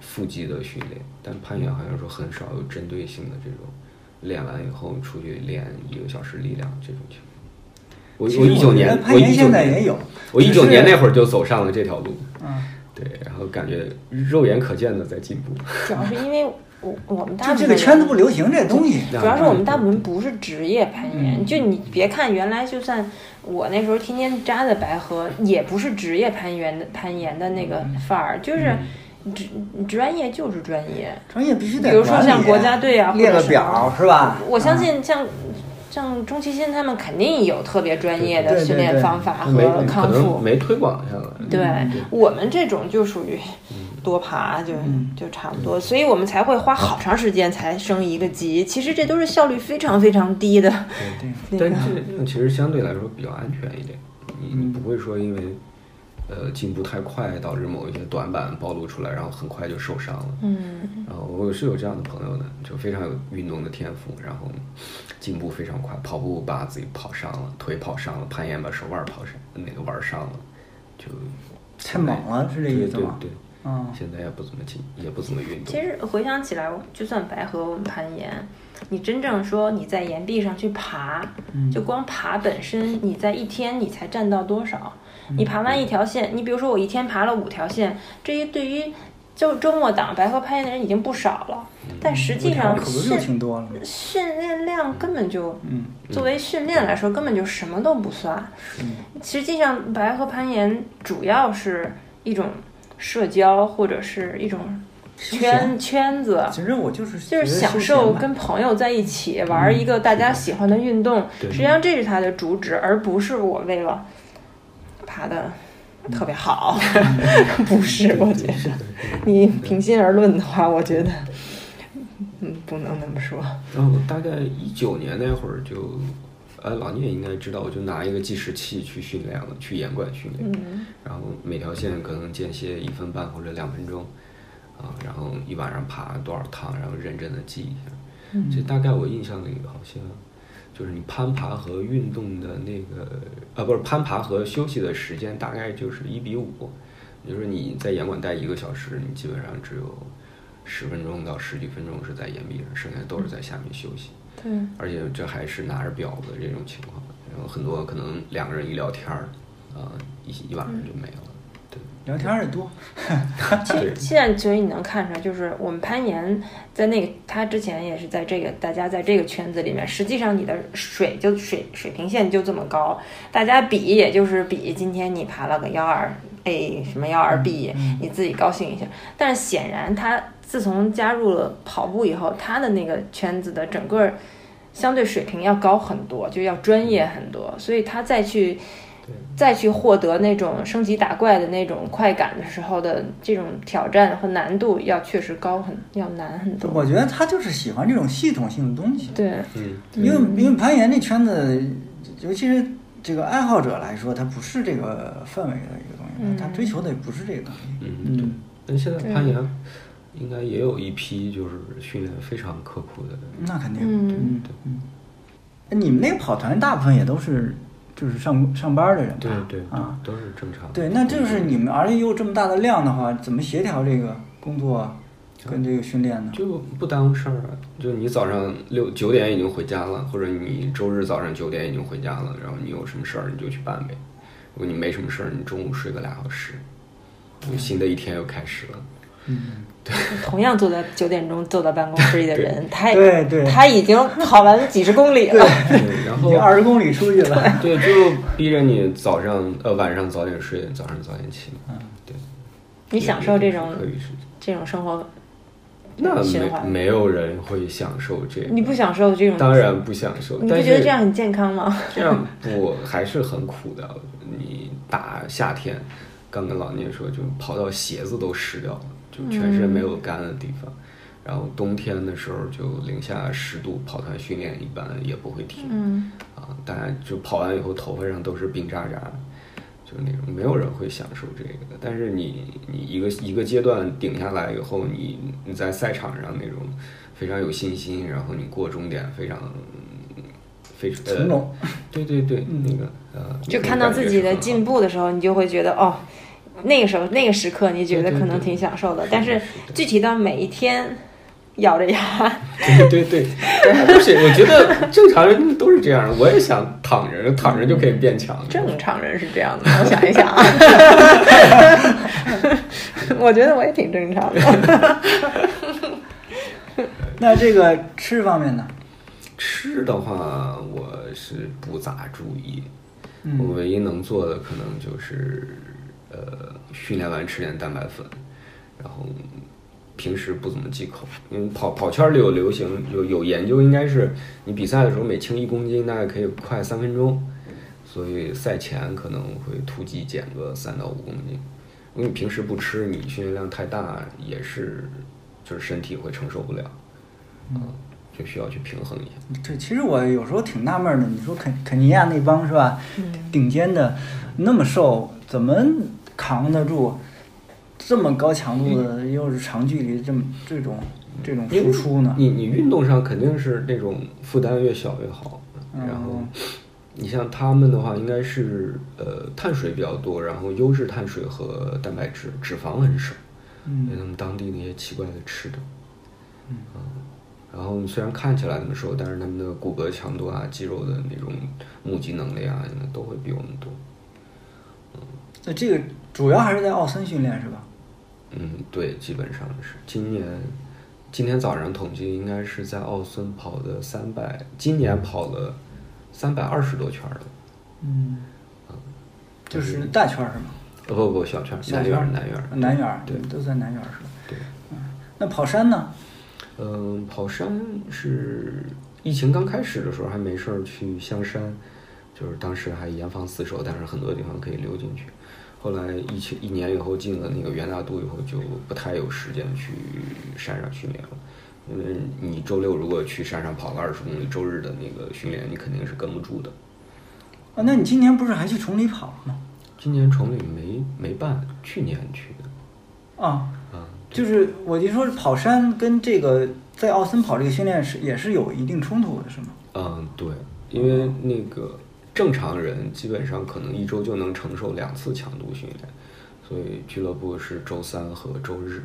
腹肌的训练。但攀岩好像说很少有针对性的这种，练完以后出去练一个小时力量这种情况。我其实我一九觉得年，攀我岩一九现在年也有。我一九只是年那会儿就走上了这条路，嗯，对，然后感觉肉眼可见的在进步。主要是因为我我们大就部这分个圈子人不流行这东西。主要是我们大部分不是职业攀岩，嗯就你别看原来就算我那时候天天扎在白河，也不是职业攀岩的攀岩的那嗯个范儿，就是职专业就是专业。专业必须得比如说管理像国家队啊列或者个什么表是吧？我相啊。信像像钟齐新他们肯定有特别专业对的对训对练方法没和可康能复。没推广下嗯来。嗯对嗯我们这种就属于多爬，就嗯就差不多，所以我们才会花好长时间才升一个级。其实这都是效率非常非常低的。那但个嗯这 样其实相对来说比较安全一点，你你不会说因为呃进步太快导致某一些短板暴露出来，然后很快就受伤了。嗯，然后我是有这样的朋友的，就非常有运动的天赋，然后进步非常快，跑步把自己跑伤了，腿跑伤了，攀岩把手腕跑伤，那个腕伤了，就太猛了是这意思吗对对对，嗯，现在也不怎么进，也不怎么运动。 其实回想起来，就算白河我们攀岩，你真正说你在岩壁上去爬，嗯就光爬本身，你在一天你才占到多少？嗯你爬完一条线，你比如说我一天爬了五条线，这一对于就周末档白河攀岩的人已经不少了，嗯但实际上可不训就挺多了吗？训练量根本就嗯，作为训练来说，根本就什么都不算。嗯实际上，白河攀岩主要是一种社交，或者是一种休闲圈圈子，其实我就是觉就得是享休闲嗯受嘛跟朋友在一起玩一个大家喜欢的运动。对实际上，这是它的主旨，而不是我为了爬的特别好，嗯 不是。我觉得你平心而论的话，我觉得，嗯，不能那么说。然后我大概一九年那会儿就，呃，老聂应该知道，我就拿一个计时器去训练了，去严管训练，嗯然后每条线可能间歇一分半或者两分钟，啊，然后一晚上爬多少趟，然后认真的记一下。其实大概我印象里好像，就是你攀爬和运动的那个，啊，不是攀爬和休息的时间大概就是一比五，也就是你在岩馆待一个小时，你基本上只有十分钟到十几分钟是在岩壁上，剩下都是在下面休息。对，而且这还是拿着表的这种情况，然后很多可能两个人一聊天儿，啊、一一晚上就没了。聊天儿也多，其实现在，所以你能看出来，就是我们攀岩在那个他之前也是在这个大家在这个圈子里面，实际上你的水就水水平线就这么高，大家比也就是比今天你爬了个幺二 A 什么幺二嗯 B，你自己高兴一下。但是显然他自从加入了跑步以后，他的那个圈子的整个相对水平要高很多，就要专业很多，所以他再去再去获得那种升级打怪的那种快感的时候的这种挑战和难度要确实高很，要难很多。我觉得他就是喜欢这种系统性的东西。对，嗯，因为因为攀岩这圈子，尤其是这个爱好者来说，他不是这个范围的一个东西，他追求的也不是这个东西。嗯，对。但现在攀岩应该也有一批就是训练非常刻苦的人。那肯定。嗯嗯嗯。哎你们那个跑团大部分也都是就是上上班的人吧？对对啊，，都是正常的。嗯对，那就是你们，而且又这么大的量的话，怎么协调这个工作？跟这个训练呢？就不耽误事儿啊。就你早上六九点已经回家了，或者你周日早上九点已经回家了，然后你有什么事儿你就去办呗。如果你没什么事儿，你中午睡个俩小时，就新的一天又开始了。 嗯，同样坐在九点钟坐在办公室里的人，他对对他已经跑完几十公里了。对，然已后经二十公里出去了。对，就逼着你早上呃晚上早点睡，早上早点起。嗯，对，你享受这种可以是这种生活那循没环，没有人会享受这你个，不享受这种，当然不享受。你不但是觉得这样 很健康吗？这样不还是很苦的？你大夏天，刚跟老聂说，就跑到鞋子都湿掉了，就全身没有干的地方。嗯然后冬天的时候就零下十度，跑团训练一般也不会停、嗯，啊。大家就跑完以后头发上都是冰渣渣，就是那种没有人会享受这个的。但是你你一个一个阶段顶下来以后，你你在赛场上那种非常有信心，然后你过终点非常 非常呃从容。对对对，嗯那个呃，就看到自己的进步，步的时候，你就会觉得哦，那个时候那个时刻，你觉对得对可能对挺享受的。但是的具体到每一天，咬着牙， 对对对，大家都是，我觉得正常人都是这样，我也想躺着，躺着就可以变强。正常人是这样的。我想一想 啊，我觉得我也挺正常的。那这个吃方面呢？吃的话，我是不咋注意，嗯我唯一能做的可能就是呃，训练完吃点蛋白粉，然后平时不怎么忌口，因为跑跑圈里有流行有有研究，应该是你比赛的时候每轻一公斤大概可以快三分钟，所以赛前可能会突击减个三到五公斤，因为你平时不吃，你训练量太大也是就是身体会承受不了，嗯，就需要去平衡一下。对，其实我有时候挺纳闷的，你说肯肯尼亚那帮是吧，嗯顶尖的那么瘦，怎么扛得住这么高强度的，又是长距离这么这种这种嗯因输为出呢？你你运动上肯定是那种负担越小越好，嗯然后你像他们的话，应该是呃碳水比较多，然后优质碳水和蛋白质，脂肪很少，因为嗯他们当地那些奇怪的吃的。嗯然后虽然看起来那么瘦，但是他们的骨骼强度啊、肌肉的那种募集能力啊，都会比我们多。那这个主要还是在奥森训练是吧？嗯，对，基本上是今年，今天早上统计应该是在奥森跑的三百，今年跑了三百二十多圈了。嗯，就是大圈儿是吗？呃不不，小圈儿，小南圈园儿儿南园儿，南园儿对都在南园儿是吧？嗯对，那跑山呢？嗯，跑山是疫情刚开始的时候还没事儿去香山，就是当时还严防死守，但是很多地方可以溜进去。后来疫情一年以后进了那个元大都以后，就不太有时间去山上训练了。因为你周六如果去山上跑了二十公里，周日的那个训练你肯定是跟不住的。啊，那你今年不是还去崇礼跑了吗？今年崇礼没没办，去年去的啊，啊，就是我就说跑山跟这个在奥森跑这个训练是也是有一定冲突的，是吗？嗯，对，因为那个正常人基本上可能一周就能承受两次强度训练，所以俱乐部是周三和周日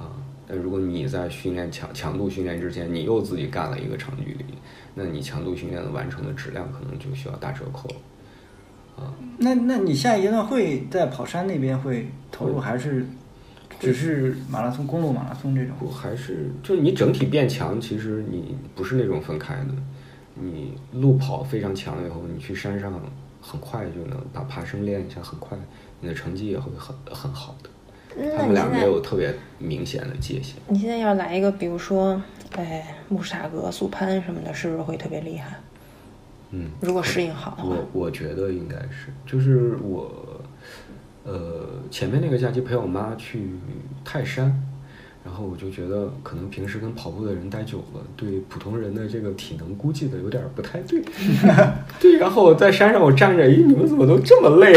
啊。但如果你在训练强强度训练之前，你又自己干了一个长距离，那你强度训练的完成的质量可能就需要打折扣了。那那你下一阶段会在跑山那边会投入还是只是马拉松公路马拉松这 种？我还是就是你整体变强，其实你不是那种分开的，你路跑非常强以后，你去山上很快就能把爬升练一下，很快你的成绩也会很很好的。他那们你俩现没在有特别明显的界限。你现在要来一个，比如说，哎，穆斯塔格、苏攀什么的，是不是会特别厉害？嗯，如果适应好的话，我我觉得应该是，就是我，呃，前面那个假期陪我妈去泰山，然后我就觉得可能平时跟跑步的人待久了，对普通人的这个体能估计的有点不太 对。对，然后我在山上我站着，咦，你们怎么都这么累？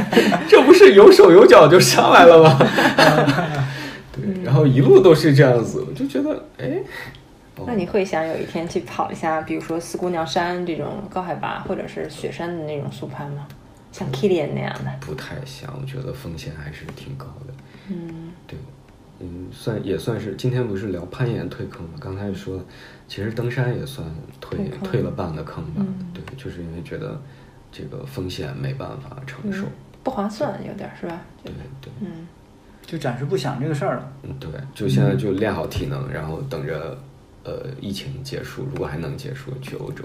这不是有手有脚就上来了吗？ 嗯对，然后一路都是这样子，我就觉得，哎，哦那你会想有一天去跑一下，比如说四姑娘山这种高海拔，或者是雪山的那种速攀吗？像 Kilian 那样的？不太想，我觉得风险还是挺高的。嗯，对，嗯，算也算是今天不是聊攀岩退坑嘛，刚才也说了，其实登山也算退退坑退了半个坑吧，嗯对，就是因为觉得这个风险没办法承受，不划算，有点儿是吧？嗯对对。嗯，就暂时不想这个事儿了。嗯，对，就现在就练好体能，然后等着，呃，疫情结束，如果还能结束，去欧洲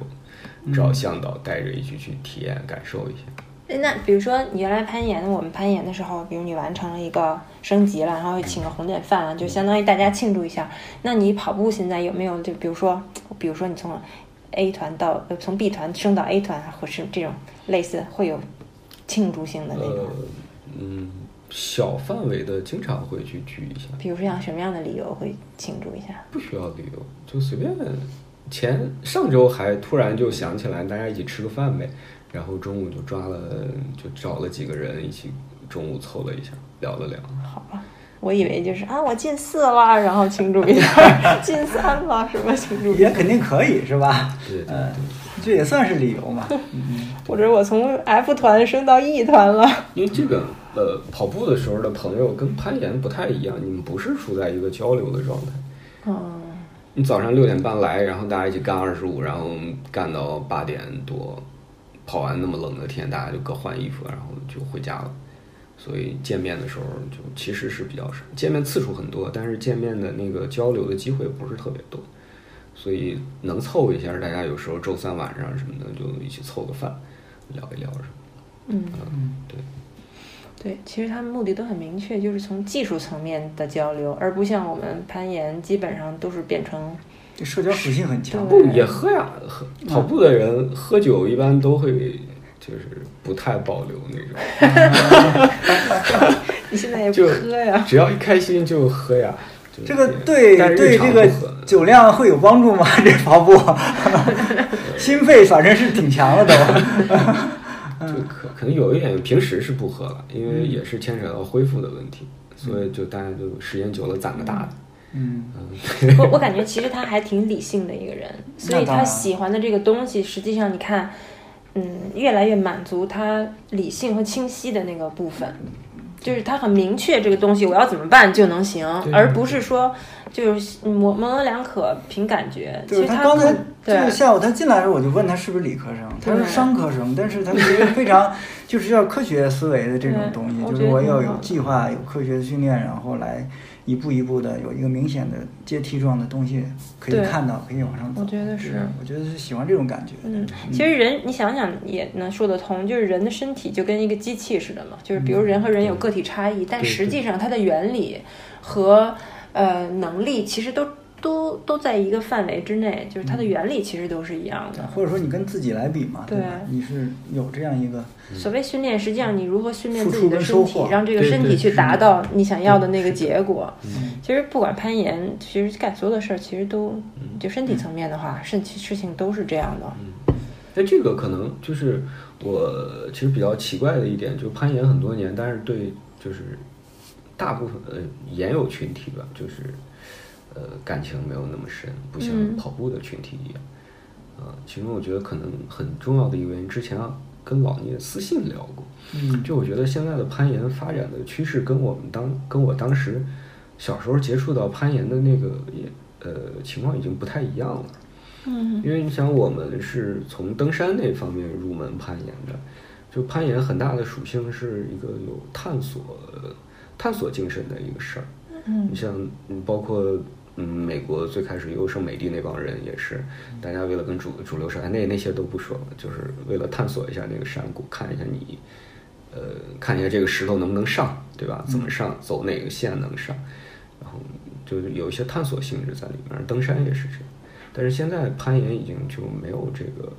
找向导带着一起去体验感受一下。诶那比如说你原来攀岩，我们攀岩的时候，比如你完成了一个升级了，然后请个红点饭啊了，就相当于大家庆祝一下。那你跑步现在有没有就比如说，比如说你从 A 团到呃从 B 团升到 A 团，啊或是这种类似会有庆祝性的那种呃？，嗯，小范围的经常会去聚一下，比如说像什么样的理由会庆祝一下？不需要理由，就随便。前上周还突然就想起来，大家一起吃个饭呗，然后中午就抓了，就找了几个人一起中午凑了一下，聊了聊。好吧，我以为就是啊，我进四了，然后庆祝一下； 进三了，什么庆祝一也下？肯定可以是吧？对对嗯对。，这也算是理由嘛。嗯，或者我从 F 团升到 E 团了。因为这个呃，跑步的时候的朋友跟攀岩不太一样，你们不是处在一个交流的状态。嗯，你早上六点半来，然后大家一起干二十五，然后干到八点多，跑完那么冷的天，大家就各换衣服，然后就回家了。所以见面的时候就其实是比较少，见面次数很多，但是见面的那个交流的机会不是特别多，所以能凑一下，大家有时候周三晚上什么的就一起凑个饭，聊一聊什么的。嗯嗯，对。对，其实他们目的都很明确，就是从技术层面的交流，而不像我们攀岩，基本上都是变成 这社交属性很强。对不也喝呀，喝跑步的人喝酒一般都会就是不太保留那种，你现在也不就 喝呀。只要一开心就喝呀。就是这个也对但对日这常不个喝酒量会有帮助吗？ 这跑 步，心肺反正是挺强了都。就嗯可可能有一点，平时是不喝了，因为也是牵扯到恢复的问题，所以就大家就时间久了攒个大的。嗯，我我感觉其实他还挺理性的一个人，所以那当他然喜欢的这个东西，实际上你看，嗯，越来越满足他理性和清晰的那个部分，就是他很明确这个东西我要怎么办就能行，对而不是说就是模模棱两可凭感觉。其就是实他刚才更就对是下午他进来的时候，我就问他是不是理科生，他说对商科生，但是他是一个非常就是要科学思维的这种对东西，我就是觉得我挺要好有的计划、有科学的训练，然后来一步一步的有一个明显的阶梯状的东西可以对看到，可以往上走。我觉得是我觉得是喜欢这种感觉。嗯，其实人你想想也能说得通，就是人的身体就跟一个机器似的嘛，就是比如人和人有个体差异，但对实际上它的原理和呃能力其实都都都在一个范围之内，就是它的原理其实都是一样的。或者说你跟自己来比嘛，对对吧？你是有这样一个，所谓训练，实际上你如何训练付自出己的跟身收体获，让这个对身对体去是达的到你想要的那个结果。嗯，其实不管攀岩，其实干所有的事儿，其实都就身体层面的话，事情事情都是这样的。那这个可能就是我其实比较奇怪的一点，就攀岩很多年，但是对就是大部分呃岩友群体吧，就是呃感情没有那么深，不像嗯跑步的群体一样。呃，其中我觉得可能很重要的一个原因，之前啊跟老聂私信聊过，嗯就我觉得现在的攀岩发展的趋势跟我们当跟我当时小时候接触到攀岩的那个也呃情况已经不太一样了。嗯因为你想，我们是从登山那方面入门攀岩的，就攀岩很大的属性是一个有探索、探索精神的一个事儿。嗯你像，嗯包括嗯，美国最开始优胜美地那帮人也是，嗯大家为了跟主主流社会那那些都不说了，就是为了探索一下那个山谷，看一下你，呃，看一下这个石头能不能上，对吧？嗯怎么上，走哪个线能上，然后就是有一些探索性质在里面。登山也是这样，但是现在攀岩已经就没有这个，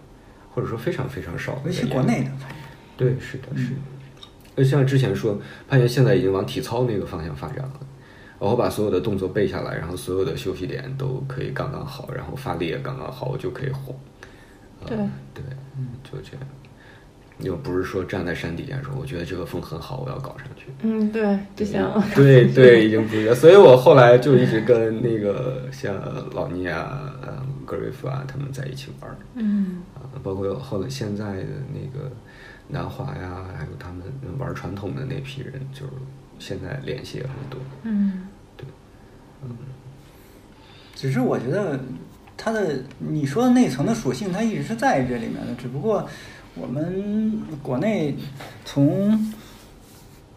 或者说非常非常少。尤其国内的，反正对，是的，是的。那像之前说，攀岩现在已经往体操那个方向发展了，然后把所有的动作背下来，然后所有的休息点都可以刚刚好，然后发力也刚刚好，我就可以晃。呃对对，就这样。又不是说站在山底下说，我觉得这个风很好，我要搞上去。嗯，对，就像对对，已经不一样。所以我后来就一直跟那个像老聂啊、呃格瑞夫啊他们在一起玩儿。嗯。啊，包括后来现在的那个南华呀，还有他们玩传统的那批人，就是现在联系也很多。嗯对，只是我觉得它的你说的内层的属性，它一直是在这里面的，只不过我们国内从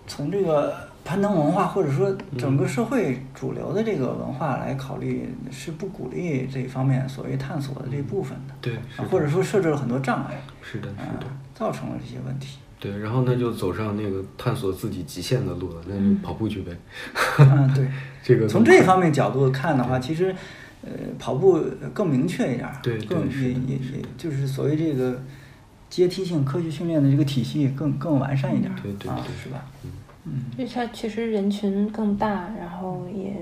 从这个攀登文化或者说嗯整个社会主流的这个文化来考虑，是不鼓励这方面所谓探索的这部分的，对，啊或者说设置了很多障碍，是的，啊是的，造成了这些问题。对，然后那就走上那个探索自己极限的路了，那就跑步去呗。嗯，对。这个从这方面角度看的话，其实，呃，跑步更明确一点儿，对对更是也的也也就是所谓这个阶梯性科学训练的这个体系更更完善一点儿，嗯对对啊对，嗯是吧？嗯因为它确实人群更大，然后也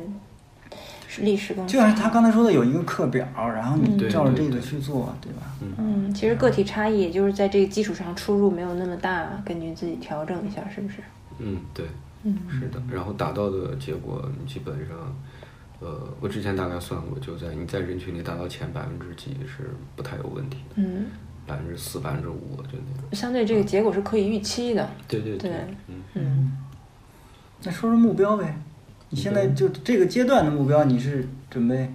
是历史更就像是他刚才说的，有一个课表，然后你嗯照着对这个对对去做，对吧？嗯，其实个体差异也就是在这个基础上出入没有那么大，根据自己调整一下，是不是？嗯，对，嗯，是的。然后达到的结果基本上，呃，我之前大概算过，就在你在人群里达到前百分之几是不太有问题的，嗯，百分之四、百分之五，就那样。相对这个结果是可以预期的。对对对嗯，嗯，那说说目标呗，你现在就这个阶段的目标，你是准备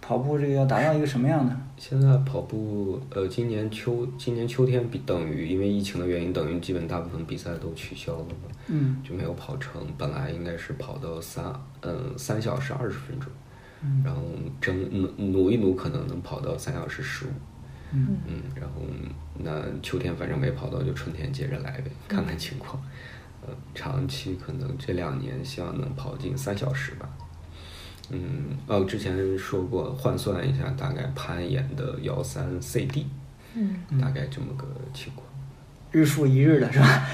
跑步这个要达到一个什么样的？现在跑步，呃，今年秋今年秋天比等于因为疫情的原因，等于基本大部分比赛都取消了嘛，嗯就没有跑成。本来应该是跑到三嗯三小时二十分钟，然后争努努一努，可能能跑到三小时十五。嗯嗯，然后那秋天反正没跑到，就春天接着来呗，看看情况。呃，长期可能这两年希望能跑进三小时吧。嗯，哦，之前说过，换算一下大概攀岩的幺三 CD，嗯，大概这么个情况。日复一日的是吧？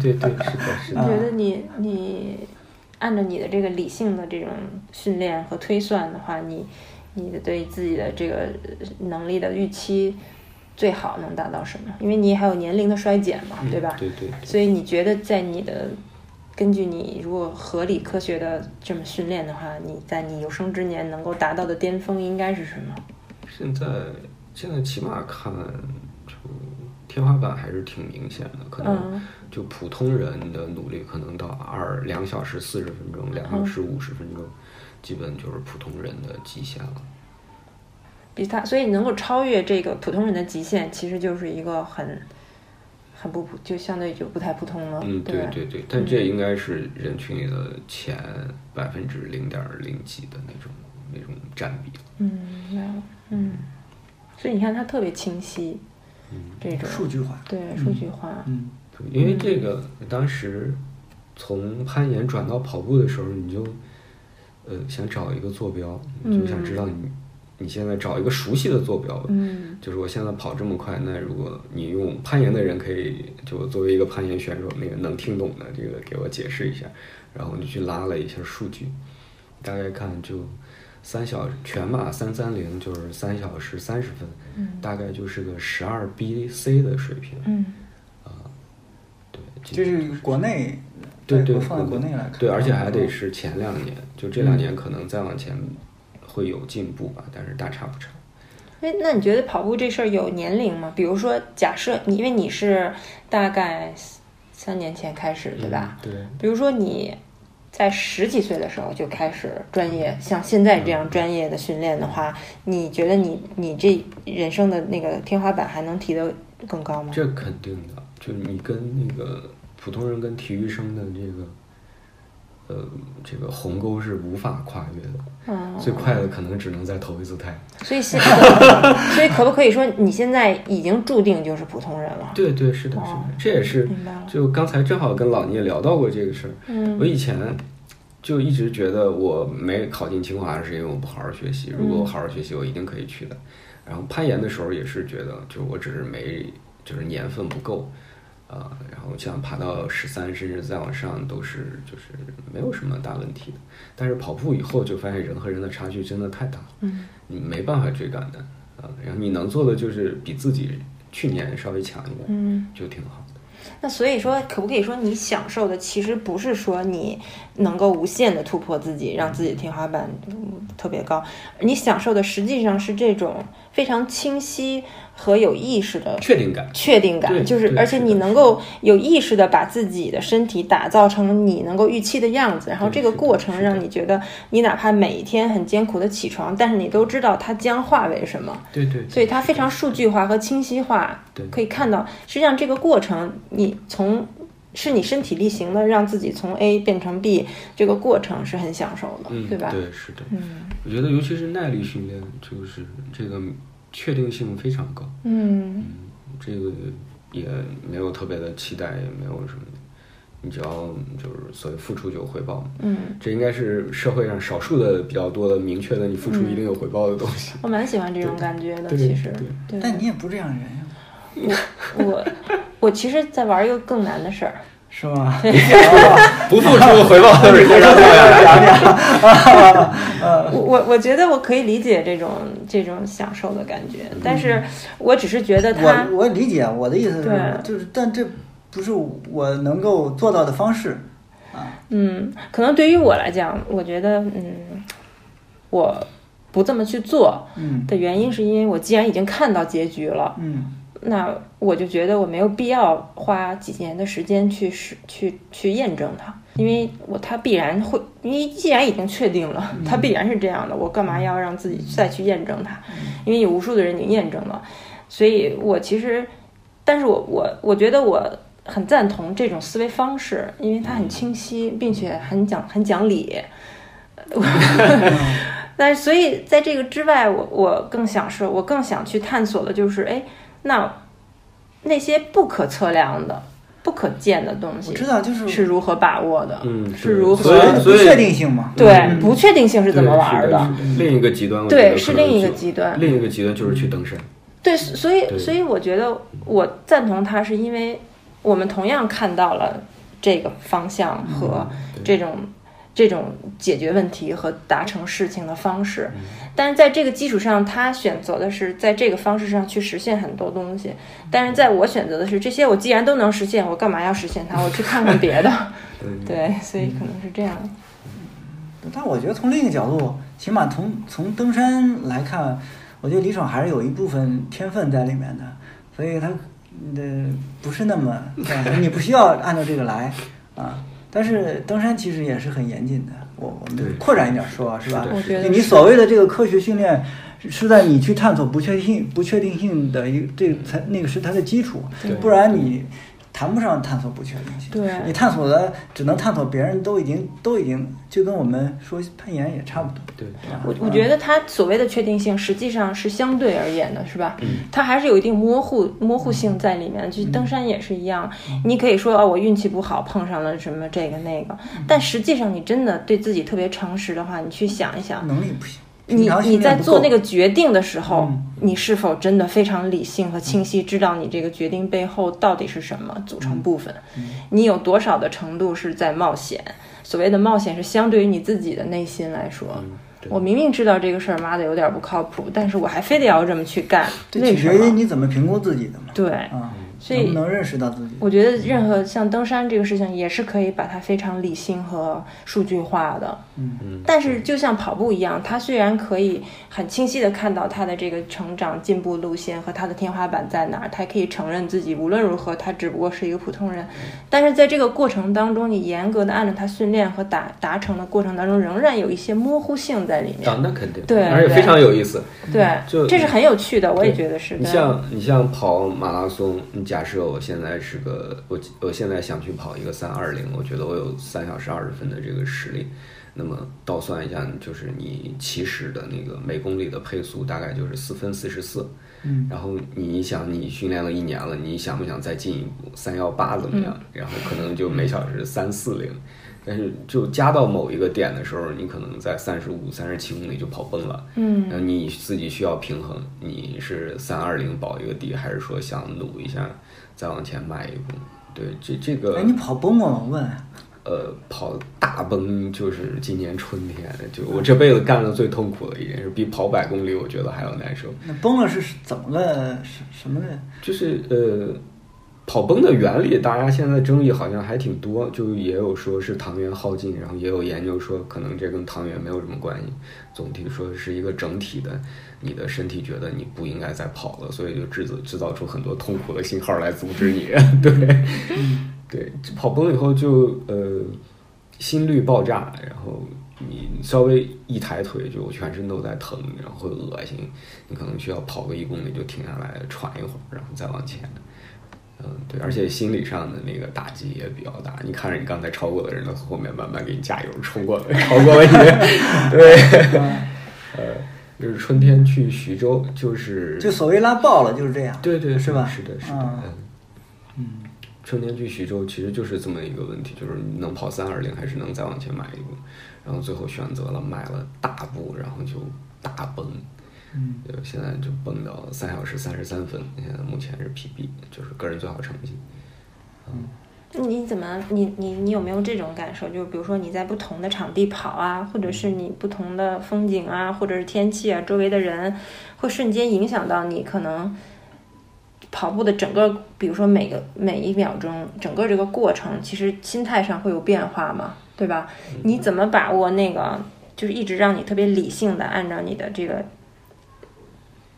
对对对，是啊的，是你的。觉得你你按照你的这个理性的这种训练和推算的话，你你的对自己的这个能力的预期最好能达到什么？因为你还有年龄的衰减嘛，嗯对吧？对对对所以你觉得在你的根据你如果合理科学的这么训练的话，你在你有生之年能够达到的巅峰应该是什么？现在现在起码看，就天花板还是挺明显的，可能嗯就普通人的努力可能到二两小时四十分钟，两小时五十分钟，基本就是普通人的极限了。比他，所以你能够超越这个普通人的极限，其实就是一个很很不普，就相对就不太普通了，嗯，对吧？对对，但这应该是人群里的前百分之零点零几的那种那种占比了。嗯，明白了，嗯，所以你看它特别清晰，这种数据化，对数据化，嗯，对因为这个当时从攀岩转到跑步的时候，你就呃想找一个坐标，你就想知道你、你现在找一个熟悉的坐标吧。嗯就是我现在跑这么快，那如果你用攀岩的人可以，就作为一个攀岩选手，那个能听懂的这个给我解释一下，然后我就去拉了一下数据，大概看就三小全马三三零就是三小时三十分，大概就是个十二 BC 的水平，嗯对，这是国内，对对，放在国内来看，嗯对，而且还得是前两年，就这两年可能再往前会有进步吧，但是大差不差。哎，那你觉得跑步这事儿有年龄吗？比如说，假设你因为你是大概三年前开始，对吧？嗯对，比如说你在十几岁的时候就开始专业，像现在这样专业的训练的话，你觉得你你这人生的那个天花板还能提得更高吗？这肯定的，就你跟那个普通人跟体育生的这个，呃，这个鸿沟是无法跨越的，嗯，最快的可能只能再投一次胎。所以现所以可不可以说你现在已经注定就是普通人了？对对，是的，是哦的，这也是明白了就刚才正好跟老聂聊到过这个事儿。嗯我以前就一直觉得我没考进清华是因为我不好好学习，如嗯果我好好学习，我一定可以去的。然后攀岩的时候也是觉得，就我只是没，就是年份不够。啊，然后像爬到十三甚至再往上都是就是没有什么大问题的，但是跑步以后就发现人和人的差距真的太大了，嗯，你没办法追赶的啊。然后你能做的就是比自己去年稍微强一点，嗯，就挺好的。那所以说，可不可以说你享受的其实不是说你能够无限的突破自己，让自己的天花板嗯特别高，你享受的实际上是这种非常清晰和有意识的确定感。确定感，对就是对而且是的你是能的够有意识的把自己的身体打造成你能够预期的样子，然后对这个是的过是程的让你觉得你哪怕每一天很艰苦的起床，但是你都知道它将化为什么，对对，对所以它非常数据化和清晰化对，可以看到，实际上这个过程你从。是你身体力行的让自己从 A 变成 B，这个过程是很享受的，嗯，对吧？对，是的。嗯我觉得尤其是耐力训练，就是这个确定性非常高，嗯这个也没有特别的期待，也没有什么，你只要就是所谓付出就有回报嘛。嗯，这应该是社会上少数的比较多的明确的，你付出一定有回报的东西。我蛮喜欢这种感觉的，对其实对。嗯 对但你也不是这样的人呀，我我其实，在玩一个更难的事儿，是吧？不付出回报的人，我我我觉得我可以理解这种这种享受的感觉，嗯但是我只是觉得它我我理解我的意思是对，就是但这不是我能够做到的方式啊。嗯，可能对于我来讲，我觉得嗯，我不这么去做嗯的原因，是因为我既然已经看到结局了，嗯那我就觉得我没有必要花几年的时间去实去去验证它，因为我它必然会，因为既然已经确定了，它必然是这样的，我干嘛要让自己再去验证它？因为有无数的人已经验证了，所以我其实，但是我我我觉得我很赞同这种思维方式，因为它很清晰，并且很讲很讲理。 那所以在这个之外，我我更享受，我更想去探索的就是，哎，那那些不可测量的、不可见的东我西知道，就是是如何把握的， 嗯，是如何所所谓的以不所以确定性嘛。对、嗯不确定性是对怎么玩是的，的？是的另一个极端，我觉得对，可是能另一个就极端。另一个极端就是去登山。对，所以对所以我觉得我赞同他，是因为我们同样看到了这个方向和嗯对这种、这种解决问题和达成事情的方式，嗯但是在这个基础上，他选择的是在这个方式上去实现很多东西，嗯但是在我选择的是这些，我既然都能实现，我干嘛要实现它？我去看看别 的。嗯对，所以可能是这样。但我觉得从另一个角度，起码从从登山来看，我觉得李爽还是有一部分天分在里面的，所以他呃不是那么，对你不需要按照这个来啊。但是登山其实也是很严谨的，我我对们扩展一点说，啊是吧？是的是的我觉得你是所谓的这个科学训练，是在你去探索不确定性、不确定性的一个这个才那个是它的基础对，不然你谈不上探索不确定性。对你探索的只能探索别人都已经都已经就跟我们说攀岩也差不多。对是吧我我觉得它所谓的确定性，实际上是相对而言的，是吧？嗯它还是有一定模糊模糊性在里面。就登山也是一样，嗯你可以说啊，我运气不好碰上了什么这个那个，嗯但实际上你真的对自己特别诚实的话，你去想一想，能力不行。嗯平你常训你练在不做够那个决定的时候嗯，你是否真的非常理性和清晰，知道你这个决定背后到底是什么组嗯成部分？你有多少的程度是在冒险？所谓的冒险是相对于你自己的内心来嗯说，嗯对嗯我明明知道这个事儿妈的有点不靠谱，但是我还非得要这么去干，这为取什决于么？你怎么评估自己的嘛。对，啊，所能不以能认识到自己？我觉得任何像登山这个事情，也是可以把它非常理性和数据化的。嗯，但是就像跑步一样，它虽然可以很清晰的看到它的这个成长进步路线和它的天花板在哪儿，它可以承认自己无论如何它只不过是一个普通人。但是在这个过程当中，你严格的按照它训练和达达成的过程当中，仍然有一些模糊性在里面啊。，那肯定，对而且对非常有意思。嗯就对，这是很有趣的，我也觉得是。你对像你像跑马拉松，你假设我现在是个我我现在想去跑一个三二零，我觉得我有三小时二十分的这个实力，那么倒算一下，就是你起始的那个每公里的配速大概就是四分四十四，嗯，然后你想你训练了一年了，你想不想再进一步三幺八怎么样？嗯然后可能就每小时三四零。但是就加到某一个点的时候，你可能在三十五、三十七公里就跑崩了。嗯，然后你自己需要平衡，你是三二零保一个底，还是说想努一下再往前迈一步？对，这这哎，个你跑崩过吗？我问。呃跑大崩就是今年春天，就我这辈子干的最痛苦的一件事，比跑百公里我觉得还要难受。那崩了是怎么个什什么的？就是呃，跑崩的原理，大家现在争议好像还挺多，就也有说是糖原耗尽，然后也有研究说可能这跟糖原没有什么关系。总体说是一个整体的，你的身体觉得你不应该再跑了，所以就制造制造出很多痛苦的信号来阻止你。 对，对，跑崩以后就呃心率爆炸，然后你稍微一抬腿就全身都在疼，然后会恶心，你可能需要跑个一公里就停下来喘一会儿，然后再往前。嗯，对，而且心理上的那个打击也比较大。你看着你刚才超过的人的后面慢慢给你加油冲过来， 超过你， 对，呃，就是春天去徐州，就是就所谓拉爆了就是这样，对对是吧？是的，是的，啊嗯嗯，春天去徐州其实就是这么一个问题，就是你能跑三二零还是能再往前迈一步，然后最后选择了迈了大步，然后就大崩，嗯，就现在就蹦到三小时三十三分，现在目前是 PB，就是个人最好成绩。你怎么，你你你有没有这种感受？就是比如说你在不同的场地跑啊，或者是嗯你不同的风景啊，或者是天气啊，周围的人，会瞬间影响到你可能跑步的整个，比如说每个每一秒钟，整个这个过程，其实心态上会有变化嘛，对吧？嗯你怎么把握那个，就是一直让你特别理性的按照你的这个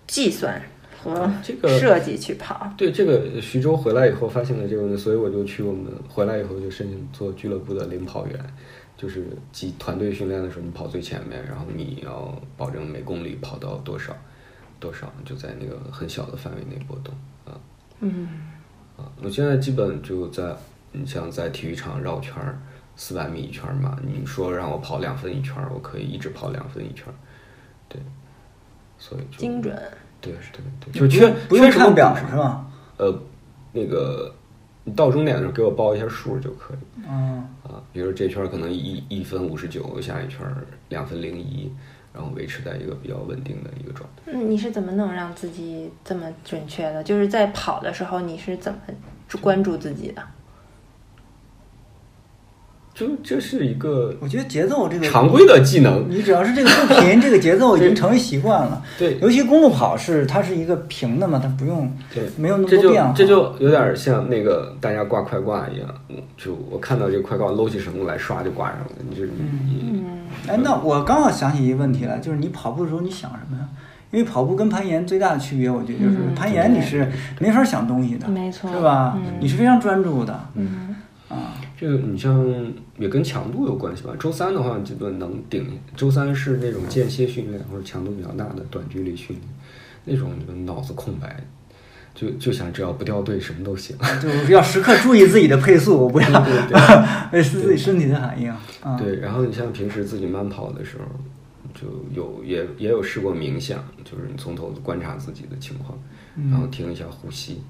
计算和这个设计去跑？对这个徐州回来以后发现了这个问题，所以我就去我们回来以后就申请做俱乐部的领跑员，就是集团队训练的时候你跑最前面，然后你要保证每公里跑到多少多少，就在那个很小的范围内波动啊嗯啊！我现在基本就在你像在体育场绕圈儿四百米一圈儿嘛，你说让我跑两分一圈儿，我可以一直跑两分一圈儿，对，所以就精准。对对对，就缺不用缺什么看表补什么是吧？呃，那个你到终点的时候给我报一下数就可以嗯，啊。比如说这圈儿可能一一分五十九，下一圈儿两分零一，然后维持在一个比较稳定的一个状态。嗯，你是怎么能让自己这么准确的？就是在跑的时候，你是怎么关注自己的？就这是一个我觉得节奏这个常规的技能，你只要是这个不频，这个节奏已经成为习惯了。对尤其公路跑是它是一个平的嘛，它不用对，没有那么这多就变化。这就有点像那个大家挂快挂一样，嗯就我看到这个快挂，搂起绳子来刷就挂上了，你就你哎，那我刚好想起一个问题来，就是你跑步的时候你想什么呀？因为跑步跟攀岩最大的区别，我觉得就是嗯攀岩你是没法想东西的，没错是吧？嗯你是非常专注的，嗯，啊，这个你像也跟强度有关系吧。周三的话，基本能顶。周三是那种间歇训练或者强度比较大的短距离训练，那种你们脑子空白，就就想只要不掉队什么都行。呃就是要时刻注意自己的配速，不要对 对为自己身体的反应。啊，对，然后你像平时自己慢跑的时候，就有也也有试过冥想，就是你从头观察自己的情况，嗯然后停一下呼吸，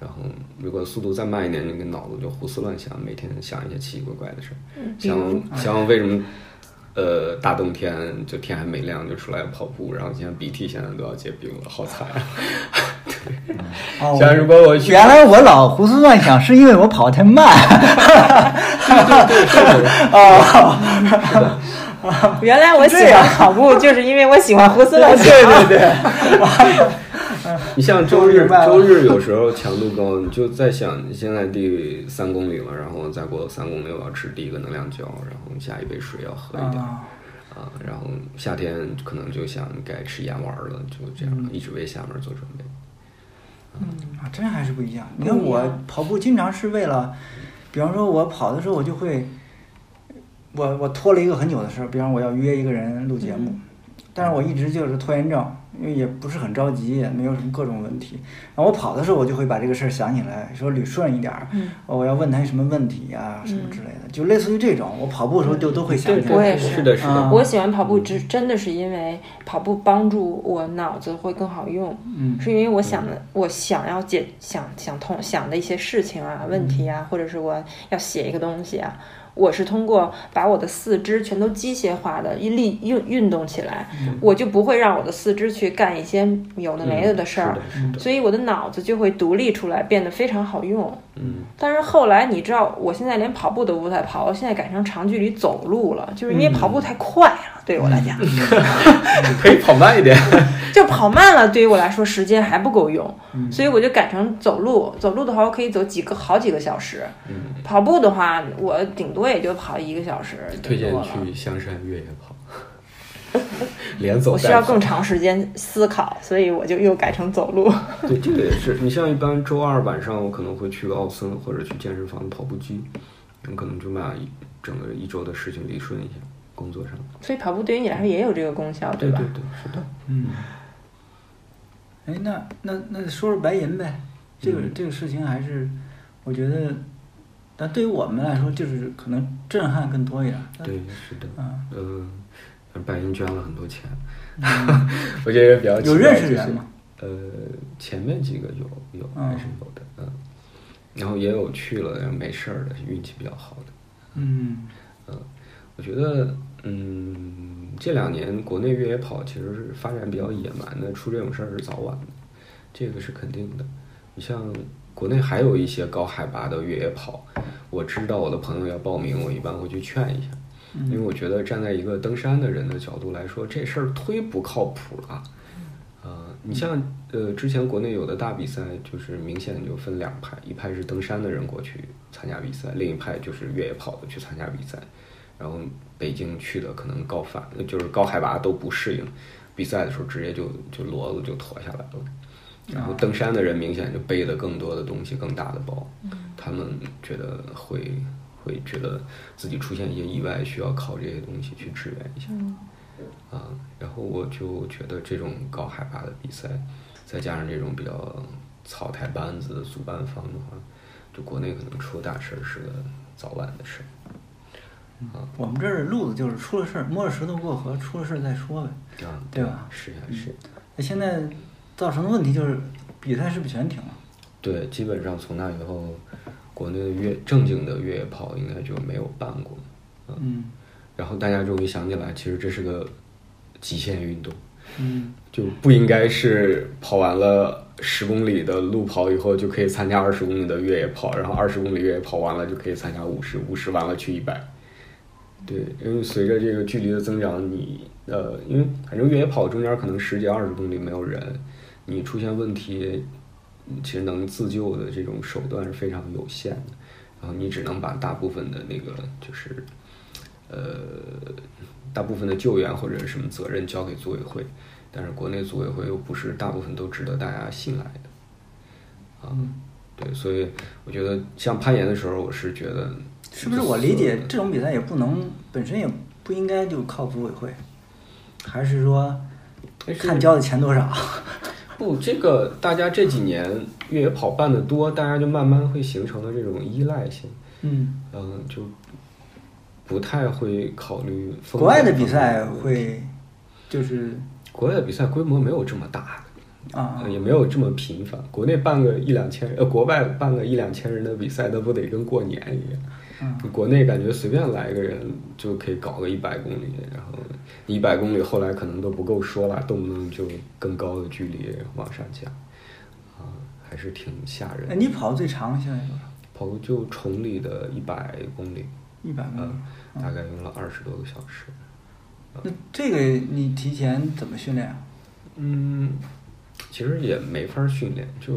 然后如果速度再慢一点，那个脑子就胡思乱想，每天想一些奇奇怪怪的事儿，比如想想为什么。呃，大冬天就天还没亮就出来跑步，然后现在鼻涕现在都要结冰了，好惨、啊！哦，像如果我去原来我老胡思乱想，是因为我跑太慢。哦啊， 原来我喜这样欢跑步，就是因为我喜欢胡思乱想。对对对，你像周我日明白，了周日有时候强度高，你就在想你现在第三公里了，然后再过三公里我要吃第一个能量胶，然后下一杯水要 喝一点儿啊啊，然后夏天可能就想该吃盐丸了，就这嗯样一直为下面做准备。啊，真还是不一样。你看我跑步经常是为了，比方说我跑的时候，我就会，我我拖了一个很久的事儿，比方我要约一个人录节目，但是我一直就是拖延症，因为也不是很着急，也没有什么各种问题。然后我跑的时候，我就会把这个事儿想起来，说捋顺一点儿，哦嗯我要问他什么问题啊，什么之类的，就类似于这种。我跑步的时候就都会想对起我来。也对，是是的，是啊的，我喜欢跑步，只真的是因为跑步帮助我脑子会更好用，嗯是因为我想的，我想要解想想通想的一些事情啊、问题啊，或者是我要写一个东西啊，我是通过把我的四肢全都机械化的一力运运动起来，我就不会让我的四肢去干一些有的没的的事儿，嗯嗯是的，是的，所以我的脑子就会独立出来，变得非常好用。嗯但是后来你知道，我现在连跑步都不太跑，我现在改成长距离走路了，就是嗯因为跑步太快了，对我来讲，可以跑慢一 点。就跑慢了，对于我来说时间还不够用，嗯所以我就改成走路。走路的话，我可以走几个好几个小时；嗯，跑步的话，我顶多也就跑一个小时。推荐顶多了去香山越野跑， 连走我带需要跑更长时间思考，所以我就又改成走路。 对，这个也是。你像一般周二晚上，我可能会去个奥森，或者去健身房的跑步机，我可能就把一整个一周的事情理顺一下，工作上。所以跑步对于你来说也有这个功效，对吧？对对，是的。嗯，哎，那那那说说白银呗，这个、嗯这个事情还是，我觉得，但对于我们来说，就是可能震撼更多一点。对，是的， 嗯，嗯，反正白银捐了很多钱，嗯，我觉得比较奇怪有认识就人是吗？呃，前面几个有有嗯还是有的，嗯，然后也有去了然后没事儿的，运气比较好的。嗯我觉得，嗯，这两年国内越野跑其实是发展比较野蛮的，出这种事儿是早晚的，这个是肯定的。你像国内还有一些高海拔的越野跑，我知道我的朋友要报名，我一般会去劝一下，因为我觉得站在一个登山的人的角度来说，这事儿忒不靠谱了。啊呃，你像呃，之前国内有的大比赛，就是明显就分两派，一派是登山的人过去参加比赛，另一派就是越野跑的去参加比赛。然后北京去的可能高反，就是高海拔都不适应，比赛的时候直接就就骡子就驮下来了。然后登山的人明显就背的更多的东西，更大的包，他们觉得会会觉得自己出现一些意外，需要靠这些东西去支援一下。嗯啊，然后我就觉得这种高海拔的比赛，再加上这种比较草台班子的主办方的话，就国内可能出大事儿是个早晚的事儿。我们这儿路子就是出了事儿，摸着石头过河，出了事儿再说呗。啊，对吧是呀、是呀、那现在造成的问题就是比赛是不是全停了？对，基本上从那以后，国内的越正经的越野跑应该就没有办过。嗯然后大家终于想起来，其实这是个极限运动，嗯就不应该是跑完了十公里的路跑以后就可以参加二十公里的越野跑，然后二十公里越野跑完了就可以参加五十，五十完了去一百。对，因为随着这个距离的增长，你呃，因为反正越野跑中间可能十几二十公里没有人，你出现问题，嗯其实能自救的这种手段是非常有限的，然后你只能把大部分的那个就是，呃，大部分的救援或者是什么责任交给组委会，但是国内组委会又不是大部分都值得大家信赖的，啊，嗯对，所以我觉得像攀岩的时候，我是觉得是不是我理解这种比赛也不能本身也不应该就靠组委会，还是说但是看交的钱多少？不，这个大家这几年越野跑办的多，大家就慢慢会形成了这种依赖性，嗯，嗯，就不太会考虑风险国外的比赛方面的问题。会就是国外的比赛规模没有这么大，啊呃，也没有这么频繁。国内办个一两千，呃，国外办个一两千人的比赛，那不得跟过年一样？嗯国内感觉随便来一个人就可以搞个一百公里，然后一百公里后来可能都不够说了，动不动就更高的距离往上加，啊、还是挺吓人哎的。你跑最长现在多少？跑过就崇礼的一百公里，一百公里嗯。大概用了二十多个小时。呃那这个你提前怎么训练啊？嗯，其实也没法儿训练，就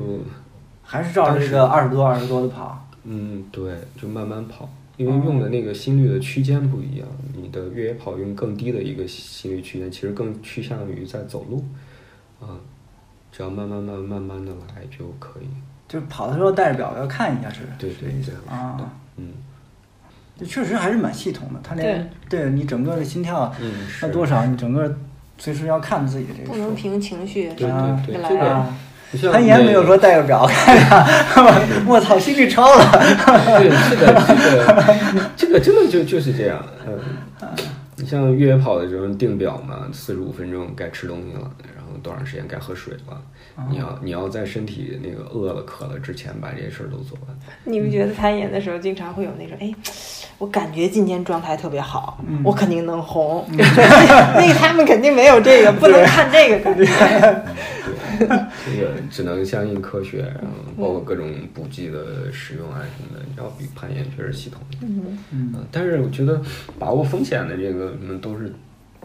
还是照着这个二十多二十多的跑？嗯，对，就慢慢跑，因为用的那个心率的区间不一样，你的越野跑用更低的一个心率区间，其实更趋向于在走路，啊、只要慢慢慢慢慢的来就可以。就是跑的时候带着表要看一下，是不是？对对这意思对是的啊。嗯这确实还是蛮系统的，他连对你整个的心跳嗯，是要多少，你整个随时要看自己的这个不数。能凭情绪对啊对对，本来这个啊不像攀岩没有那说带个表看呀， 我操，心率超了。对，是的，这个这个真的就就是这样。嗯，啊你像越野跑的时候定表嘛，四十五分钟该吃东西了，然后多长时间该喝水了。啊你要你要在身体那个饿了渴了之前把这些事儿都做完。你不觉得攀岩的时候经常会有那种哎，我感觉今天状态特别好，嗯我肯定能红。嗯 那个他们肯定没有 这个，不能看这个感觉。这个只能相信科学，然后包括各种补剂的使用啊什么的，要比攀岩确实系统。嗯嗯，但是我觉得把握风险的这个什么都是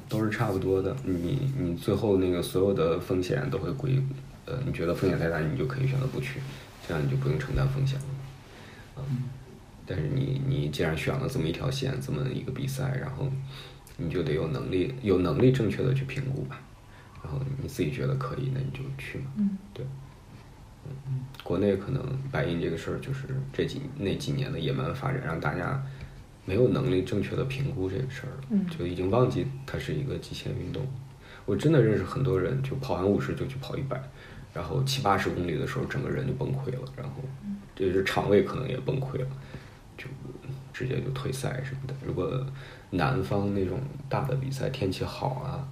都是差不多的。你你最后那个所有的风险都会归，呃，你觉得风险太大，你就可以选择不去，这样你就不用承担风险了。嗯，但是你你既然选了这么一条线，这么一个比赛，然后你就得有能力有能力正确的去评估吧。然后你自己觉得可以，那你就去嘛。嗯，对。嗯，国内可能白银这个事儿，就是这几那几年的野蛮发展，让大家没有能力正确的评估这个事儿了，就已经忘记它是一个极限运动。我真的认识很多人，就跑完五十就去跑一百，然后七八十公里的时候，整个人就崩溃了，然后就是肠胃可能也崩溃了，就直接就退赛什么的。如果南方那种大的比赛天气好啊，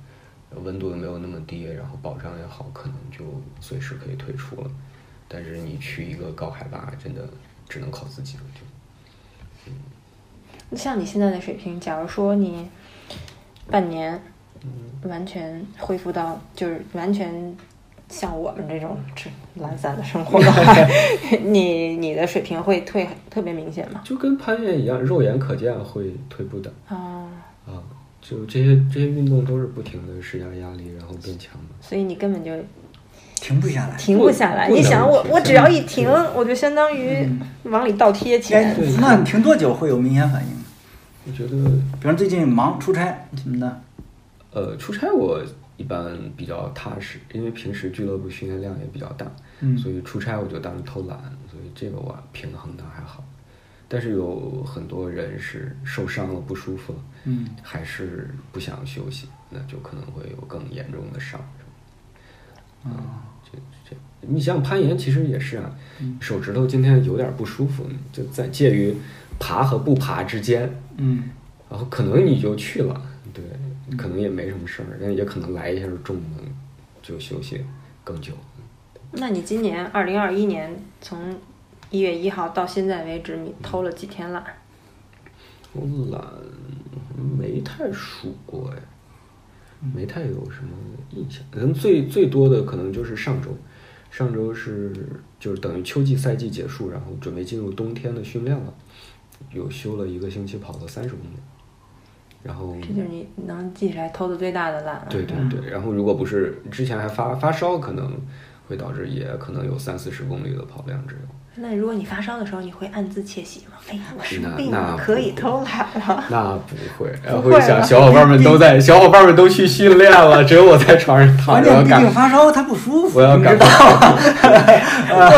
温度又没有那么低，然后保障也好，可能就随时可以退出了。但是你去一个高海拔，真的只能靠自己了，就像你现在的水平，假如说你半年嗯完全恢复到，就是完全像我们这种嗯这懒散的生活的话， 你你的水平会退特别明显吗？就跟攀岩一样，肉眼可见会退步的啊，啊。就这些这些运动都是不停的施加压力，然后变强的。所以你根本就停不下来。停不下来。不你想我不，能我停只要一停，我就相当于嗯嗯往里倒贴哎钱。，那你停多久会有明显反应？我觉得，比方最近忙出差什么的，呃，出差我一般比较踏实，因为平时俱乐部训练量也比较大，嗯所以出差我就当成偷懒，所以这个我平衡的还好。但是有很多人是受伤了不舒服了，嗯，还是不想休息，那就可能会有更严重的伤。啊，这这，你像攀岩其实也是啊，手指头今天有点不舒服，就在介于爬和不爬之间，嗯，然后可能你就去了，对，可能也没什么事儿，但也可能来一下重的，就休息更久。那你今年二零二一年从一月一号到现在为止，你偷了几天懒？我懒没太数过哎，没太有什么印象。可能最最多的可能就是上周，上周是就是等于秋季赛季结束，然后准备进入冬天的训练了，有休了一个星期，跑了三十公里。然后这就是你能记起来偷的最大的懒了。对对对，然后如果不是之前还发发烧，可能会导致也可能有三四十公里的跑量只有。那如果你发烧的时候，你会暗自窃喜吗？哎，我生那病那了，可以偷懒 了。那不会，然后不会想吧小伙伴们都在，小伙伴们都去训练了，只有我在床上躺关着，我键要毕赶竟，发烧，他不舒服，我要你赶知道， 我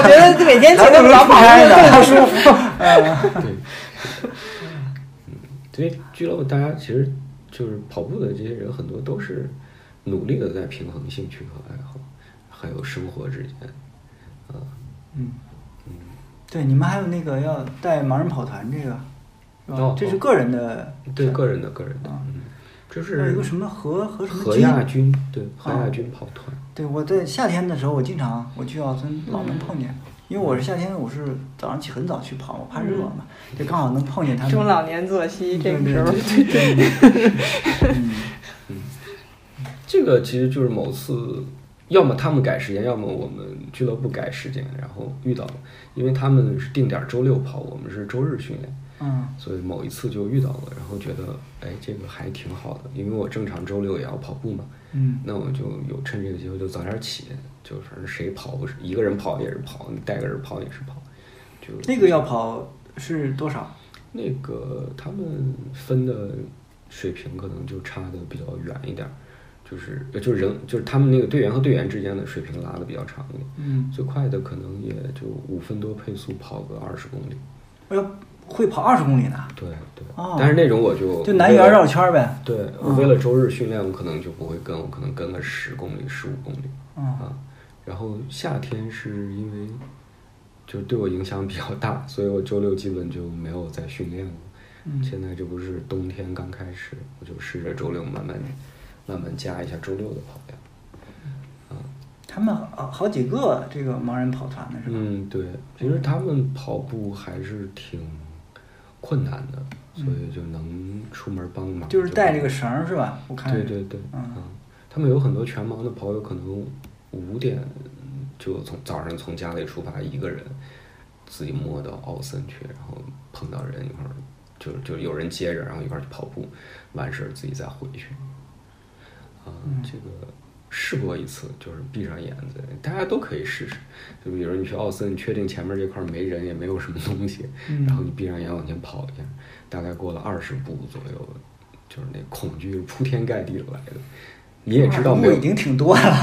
觉得每天起还那不么如早出跑步差呢，更他舒服。对， 嗯，所以俱乐部大家其实就是跑步的这些人，很多都是努力的在平衡兴趣和爱好，还有生活之间，啊、嗯，对，你们还有那个要带盲人跑团这个，是吧哦这是个人的，对个人的个人的，啊嗯，就还有一是个什么和和什么何军亚军，对何亚哦军跑团，对，我在夏天的时候，我经常我去奥村老能碰见，因为我是夏天，我是早上起很早去跑，我怕热嘛，就刚好能碰见他们。 中老年作息，这对个对时候对对对，嗯这个其实就是某次，要么他们改时间，要么我们俱乐部改时间，然后遇到了，因为他们是定点周六跑，我们是周日训练，嗯所以某一次就遇到了，然后觉得哎这个还挺好的，因为我正常周六也要跑步嘛，嗯那我就有趁这个机会就早点起，就反正谁跑一个人跑也是跑，你带个人跑也是跑，就那个要跑是多少？那个他们分的水平可能就差的比较远一点儿，就是呃就是人就是他们那个队员和队员之间的水平拉的比较长一点，嗯，最快的可能也就五分多配速跑个二十公里，我要会跑二十公里呢，对对，哦但是那种我就就南园绕圈儿呗。对我嗯为了周日训练，我可能就不会跟，我可能跟个十公里、十五公里嗯啊。然后夏天是因为就是对我影响比较大，所以我周六基本就没有再训练了。嗯现在这不是冬天刚开始，我就试着周六慢慢慢慢加一下周六的跑量。他们好好几个这个盲人跑团的是吧？嗯，对，平时他们跑步还是挺困难的，所以就能出门帮忙。就是带这个绳儿是吧？我看嗯对对对，嗯他们有很多全盲的朋友，可能五点就从早上从家里出发，一个人自己摸到奥森去，然后碰到人一块儿，就就有人接着，然后一块儿去跑步，完事儿自己再回去。啊、这个试过一次，就是闭上眼睛，大家都可以试试。就比如你去奥森，你确定前面这块儿没人，也没有什么东西，然嗯后你闭上眼往前跑一下，大概过了二十步左右，就是那恐惧铺天盖地来的。你也知道步没有已经挺多了，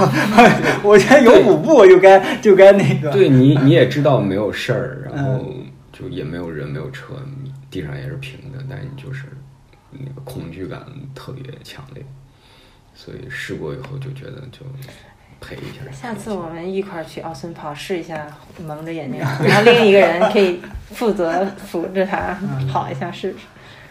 我觉得有五步就该就该那啊个。对 你，你也知道没有事儿，嗯然后就也没有人，没有车，地上也是平的，但是你就是那个恐惧感特别强烈，所以试过以后就觉得就赔一下。 下次我们一块儿去奥森跑试一下，蒙着眼睛， 然后另一个人可以负责扶着他嗯跑一下试试。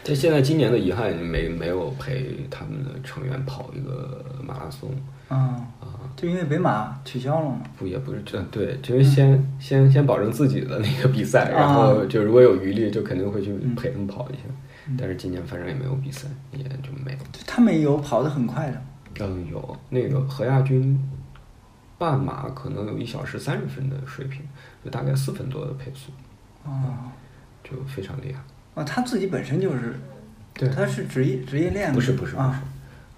这现在今年的遗憾没没有陪他们的成员跑一个马拉松嗯，啊、就因为北马取消了嘛。不也不是这对，就是先、先先保证自己的那个比赛，然后就如果有余力就肯定会去陪他们跑一下，但是今年反正也没有比赛，也就没有。他们有跑得很快的，嗯，有那个何亚军半马可能有一小时三十分的水平，就大概四分多的配速，哦，就非常厉害。啊，他自己本身就是，对他是职业职业练的，不是不是不是，啊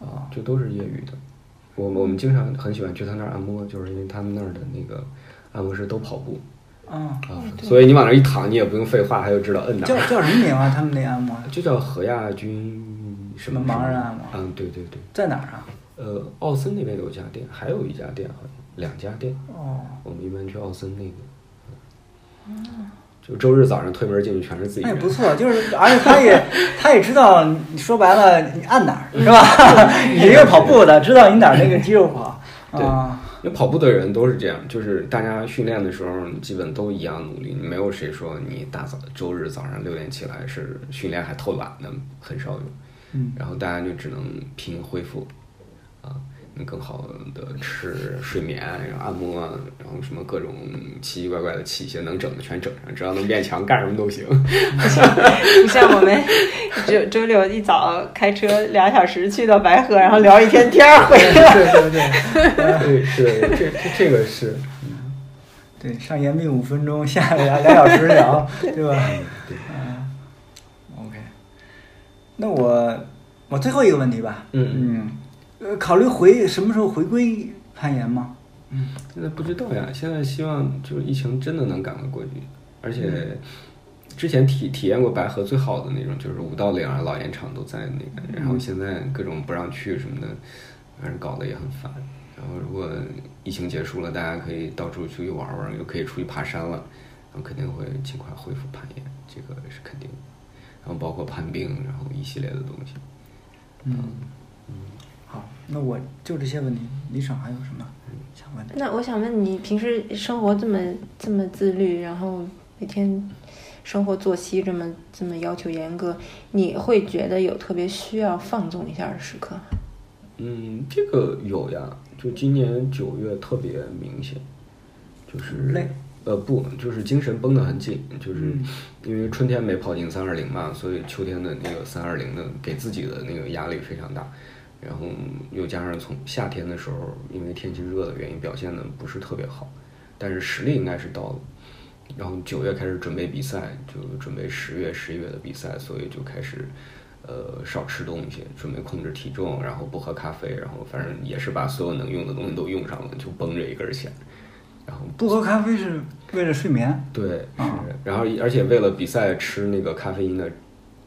啊，就都是业余的。我我们经常很喜欢去他那儿按摩，就是因为他们那儿的那个按摩师都跑步啊，啊，所以你往那儿一躺，你也不用废话，他就知道摁哪叫儿。叫什么名啊？他们那按摩就叫何亚军什么什么盲人啊按摩嗯，对对对，在哪儿啊？呃，奥森那边有一家店，还有一家店好像两家店。哦，我们一般去奥森那个，就周日早上推门进去全是自己那也人，嗯哎不错，就是而且他也 他也知道，你说白了你按哪儿是吧？你这个跑步的知道你哪儿那个肌肉 跑嗯对啊，因为跑步的人都是这样，就是大家训练的时候基本都一样努力，没有谁说你大早周日早上六点起来是训练还偷懒的，很少有。嗯，然后大家就只能拼恢复，啊，能更好的吃、睡眠，然后按摩，然后什么各种奇奇怪怪的器械能整的全整上，只要能变强，干什么都行。 不像我们 周周六一早开车俩小时去到白河，然后聊一天天儿回来。对对对对，哎是这这这个是。对，上延毕五分钟，下俩俩小时 聊，对吧？对嗯，OK，那我我最后一个问题吧，嗯嗯，呃，考虑回什么时候回归攀岩吗？现在不知道呀，现在希望就是疫情真的能赶快过去，而且之前体体验过白河最好的那种，就是五道岭啊、老烟厂都在那个，然后现在各种不让去什么的，反正搞得也很烦。然后如果疫情结束了，大家可以到处出去玩玩，又可以出去爬山了，然后肯定会尽快恢复攀岩，这个是肯定的。然后包括攀冰，然后一系列的东西。嗯，好，那我就这些问题，李爽还有什么想问嗯的？那我想问你，平时生活这么这么自律，然后每天生活作息这么这么要求严格，你会觉得有特别需要放纵一下的时刻吗？嗯，这个有呀，就今年九月特别明显，就是累，呃，不，就是精神绷得很紧，就是嗯因为春天没跑进三二零嘛，所以秋天的那个三二零的给自己的那个压力非常大，然后又加上从夏天的时候，因为天气热的原因，表现的不是特别好，但是实力应该是到了。然后九月开始准备比赛，就准备十月、十一月的比赛，所以就开始，呃，少吃东西，准备控制体重，然后不喝咖啡，然后反正也是把所有能用的东西都用上了，就绷着一根弦，然后不喝咖啡是为了睡眠，对，是啊，然后而且为了比赛吃那个咖啡因的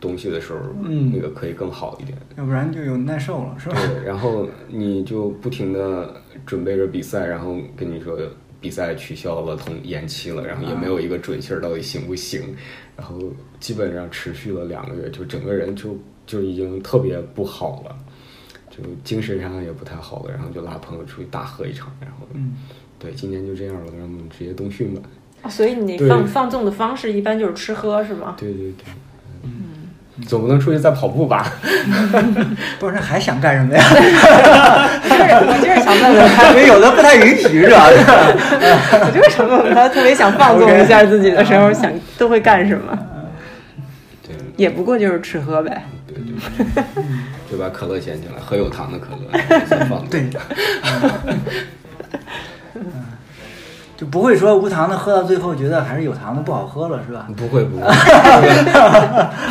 东西的时候，嗯那个可以更好一点，要不然就有耐受了，是吧？对，然后你就不停的准备着比赛，然后跟你说比赛取消了，同延期了，然后也没有一个准信儿到底行不行，然后基本上持续了两个月，就整个人就就已经特别不好了，就精神上也不太好了，然后就拉朋友出去大喝一场，然后嗯，对，今年就这样了，然后我们直接冬训吧，啊，所以你对放放纵的方式一般就是吃喝是吗？对对对，嗯，总不能出去再跑步吧？ 不然还想干什么呀？ 我就是我就是想问问他，因为有的不太允许，是吧？我就是想问问他，特别想放纵一下自己的时候想都会干什么？对，也不过就是吃喝呗。对对对，就把可乐捡起来，喝有糖的可乐，先放对，嗯 就不会说无糖的喝到最后觉得还是有糖的不好喝了，是吧？ 不会不会，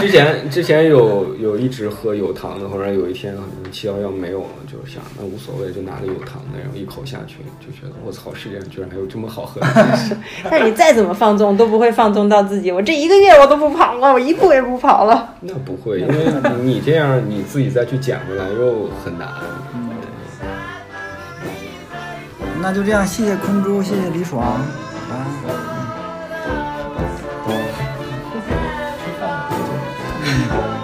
之前之前有有一直喝有糖的，后来有一天可能七幺幺没有了，就想那无所谓，就拿着有糖的，然后一口下去，就觉得我操，世界上居然还有这么好喝的东西。 但是你再怎么放纵，都不会放纵到自己。我这一个月我都不跑了，我一步也不跑了。那不会，因为你这样你自己再去捡回来又很难。那就这样，谢谢空珠，谢谢李爽，晚安。嗯